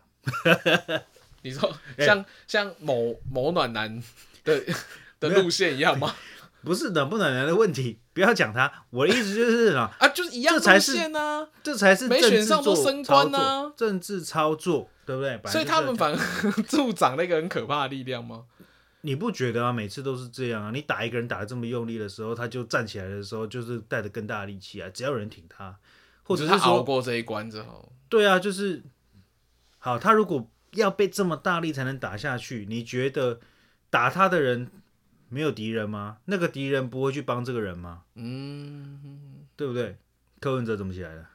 [SPEAKER 1] 你说 像像某某暖男的的路线一样 吗？
[SPEAKER 2] 不是能不能人的问题，不要讲他。我的意思就是啊，
[SPEAKER 1] 啊，就是一样
[SPEAKER 2] 这才
[SPEAKER 1] 路
[SPEAKER 2] 是
[SPEAKER 1] 线啊，
[SPEAKER 2] 这才是
[SPEAKER 1] 没
[SPEAKER 2] 政
[SPEAKER 1] 选
[SPEAKER 2] 治
[SPEAKER 1] 上都
[SPEAKER 2] 做
[SPEAKER 1] 升
[SPEAKER 2] 操
[SPEAKER 1] 官啊
[SPEAKER 2] 作政治操作，对不对？本来
[SPEAKER 1] 所以
[SPEAKER 2] 就是
[SPEAKER 1] 他
[SPEAKER 2] 要
[SPEAKER 1] 们
[SPEAKER 2] 这样
[SPEAKER 1] 反而 助长了一个很可怕的力量吗？
[SPEAKER 2] 你不觉得啊？每次都是这样啊！你打一个人打的这么用力的时候，他就站起来的时候，就是带着更大的力气啊！只要有人挺他，或者
[SPEAKER 1] 就是是他熬
[SPEAKER 2] 说，
[SPEAKER 1] 过这一关之后，
[SPEAKER 2] 对啊，就是好，他如果要被这么大力才能打下去，你觉得打他的人没有敌人吗？那个敌人不会去帮这个人吗？
[SPEAKER 1] 嗯，
[SPEAKER 2] 对不对？柯文哲怎么起来的？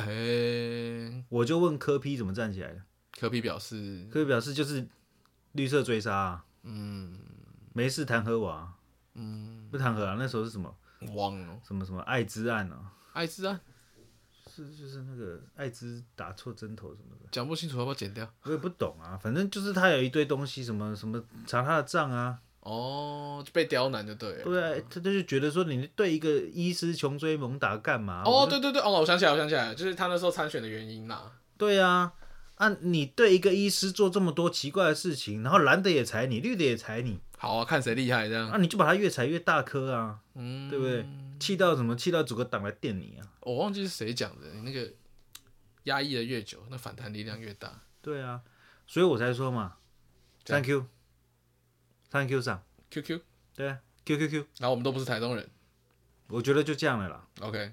[SPEAKER 1] 哎、
[SPEAKER 2] 我就问柯批怎么站起来的。
[SPEAKER 1] 科比表示，
[SPEAKER 2] 柯批表示就是绿色追杀、啊，
[SPEAKER 1] 嗯，
[SPEAKER 2] 没事弹劾我啊，嗯，不弹劾啊，那时候是什么
[SPEAKER 1] 忘了
[SPEAKER 2] 什么什么艾滋案啊，
[SPEAKER 1] 艾滋啊，
[SPEAKER 2] 是就是那个艾滋打错针头什么的，
[SPEAKER 1] 讲不清楚要不要剪掉？
[SPEAKER 2] 我也不懂啊，反正就是他有一堆东西，什么什么查他的账啊，
[SPEAKER 1] 哦，就被刁难就对了。
[SPEAKER 2] 对啊，他他就觉得说你对一个医师穷追猛打干嘛？
[SPEAKER 1] 哦，
[SPEAKER 2] 我就
[SPEAKER 1] 对对对，哦，我想起来，我想起来了，就是他那时候参选的原因啦、
[SPEAKER 2] 对啊，啊，你对一个医师做这么多奇怪的事情，然后蓝的也裁你，绿的也裁你，
[SPEAKER 1] 好啊，看谁厉害这样。
[SPEAKER 2] 啊，你就把他越裁越大颗啊，
[SPEAKER 1] 嗯，
[SPEAKER 2] 对不对？气到什么？气到组个党来电你啊？
[SPEAKER 1] 我忘记是谁讲的，你那个压抑的越久，那反弹力量越大。
[SPEAKER 2] 对啊，所以我才说嘛
[SPEAKER 1] 这样
[SPEAKER 2] ，Thank you，Thank you 上，
[SPEAKER 1] QQ，
[SPEAKER 2] 对啊，Q Q Q，
[SPEAKER 1] 然后我们都不是台中人
[SPEAKER 2] 我觉得就这样了啦，
[SPEAKER 1] ，OK，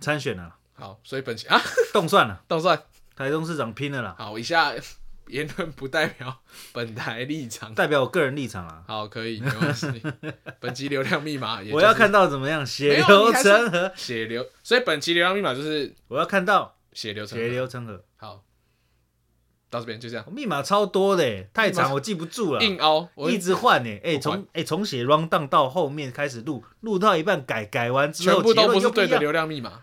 [SPEAKER 2] 参选了 啦，
[SPEAKER 1] 好，所以本期啊，
[SPEAKER 2] 动算了，
[SPEAKER 1] 动算
[SPEAKER 2] 台中市长拼了啦，
[SPEAKER 1] 好，以下 言论不代表本台立场。
[SPEAKER 2] 代表我个人立场啦。
[SPEAKER 1] 好，可以，没关系。本期流量密码，也就
[SPEAKER 2] 我
[SPEAKER 1] 是
[SPEAKER 2] 要看到怎么样血
[SPEAKER 1] 没有
[SPEAKER 2] 流
[SPEAKER 1] 你还是
[SPEAKER 2] 成河，
[SPEAKER 1] 血流，所以本期流量密码就是
[SPEAKER 2] 我要看到
[SPEAKER 1] 血流成河
[SPEAKER 2] 血。流成河。
[SPEAKER 1] 好，到这边就这样，
[SPEAKER 2] 密码超多的耶，太长我记不住了，
[SPEAKER 1] 硬凹，我
[SPEAKER 2] 啊一直换呢。哎，
[SPEAKER 1] 我
[SPEAKER 2] 从哎从写 round down 到后面开始录，录到一半改，改完之
[SPEAKER 1] 全
[SPEAKER 2] 后
[SPEAKER 1] 部
[SPEAKER 2] 结
[SPEAKER 1] 都不
[SPEAKER 2] 论
[SPEAKER 1] 是
[SPEAKER 2] 又不
[SPEAKER 1] 对
[SPEAKER 2] 一
[SPEAKER 1] 的
[SPEAKER 2] 样。
[SPEAKER 1] 流量密码。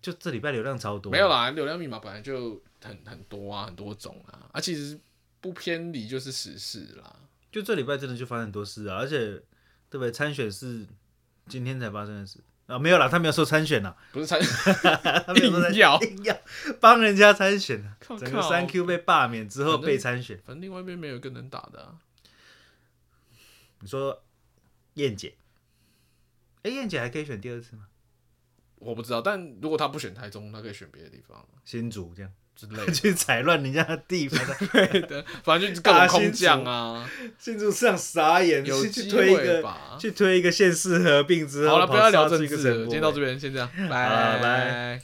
[SPEAKER 2] 就这礼拜流量超多，
[SPEAKER 1] 没有，啦，流量密码本来就很很多啊，很多种啊，啊，其实不偏离就是时事啦。
[SPEAKER 2] 就这礼拜真的就发生很多事啊，而且对不对？参选是今天才发生的事啊，没有啦，他没有说参选啦，
[SPEAKER 1] 不 是参，
[SPEAKER 2] 他没有说参
[SPEAKER 1] 硬要
[SPEAKER 2] 硬要帮人家参选啊，
[SPEAKER 1] 靠
[SPEAKER 2] 整个
[SPEAKER 1] 靠
[SPEAKER 2] 三 Q 被罢免之后
[SPEAKER 1] 反正
[SPEAKER 2] 被参选，
[SPEAKER 1] 反正另外一边没有一个能打的、啊。
[SPEAKER 2] 你说燕姐，哎，燕姐还可以选第二次吗？
[SPEAKER 1] 我不知道，但如果他不选台中，他可以选别的地方啊
[SPEAKER 2] 新竹这样
[SPEAKER 1] 之 类的。啊
[SPEAKER 2] 去踩乱人家的地盘，
[SPEAKER 1] 对的，反正就是各种空降啊，
[SPEAKER 2] 建筑上傻眼，
[SPEAKER 1] 有
[SPEAKER 2] 去去
[SPEAKER 1] 机
[SPEAKER 2] 推一
[SPEAKER 1] 会
[SPEAKER 2] 个
[SPEAKER 1] 吧。
[SPEAKER 2] 去推一个县市合并之后，
[SPEAKER 1] 好了，不要聊
[SPEAKER 2] 跑
[SPEAKER 1] 政
[SPEAKER 2] 杀出一
[SPEAKER 1] 治
[SPEAKER 2] 个
[SPEAKER 1] 了，
[SPEAKER 2] 神
[SPEAKER 1] 今
[SPEAKER 2] 波
[SPEAKER 1] 天到这边先这样，
[SPEAKER 2] 好
[SPEAKER 1] 拜
[SPEAKER 2] 了拜。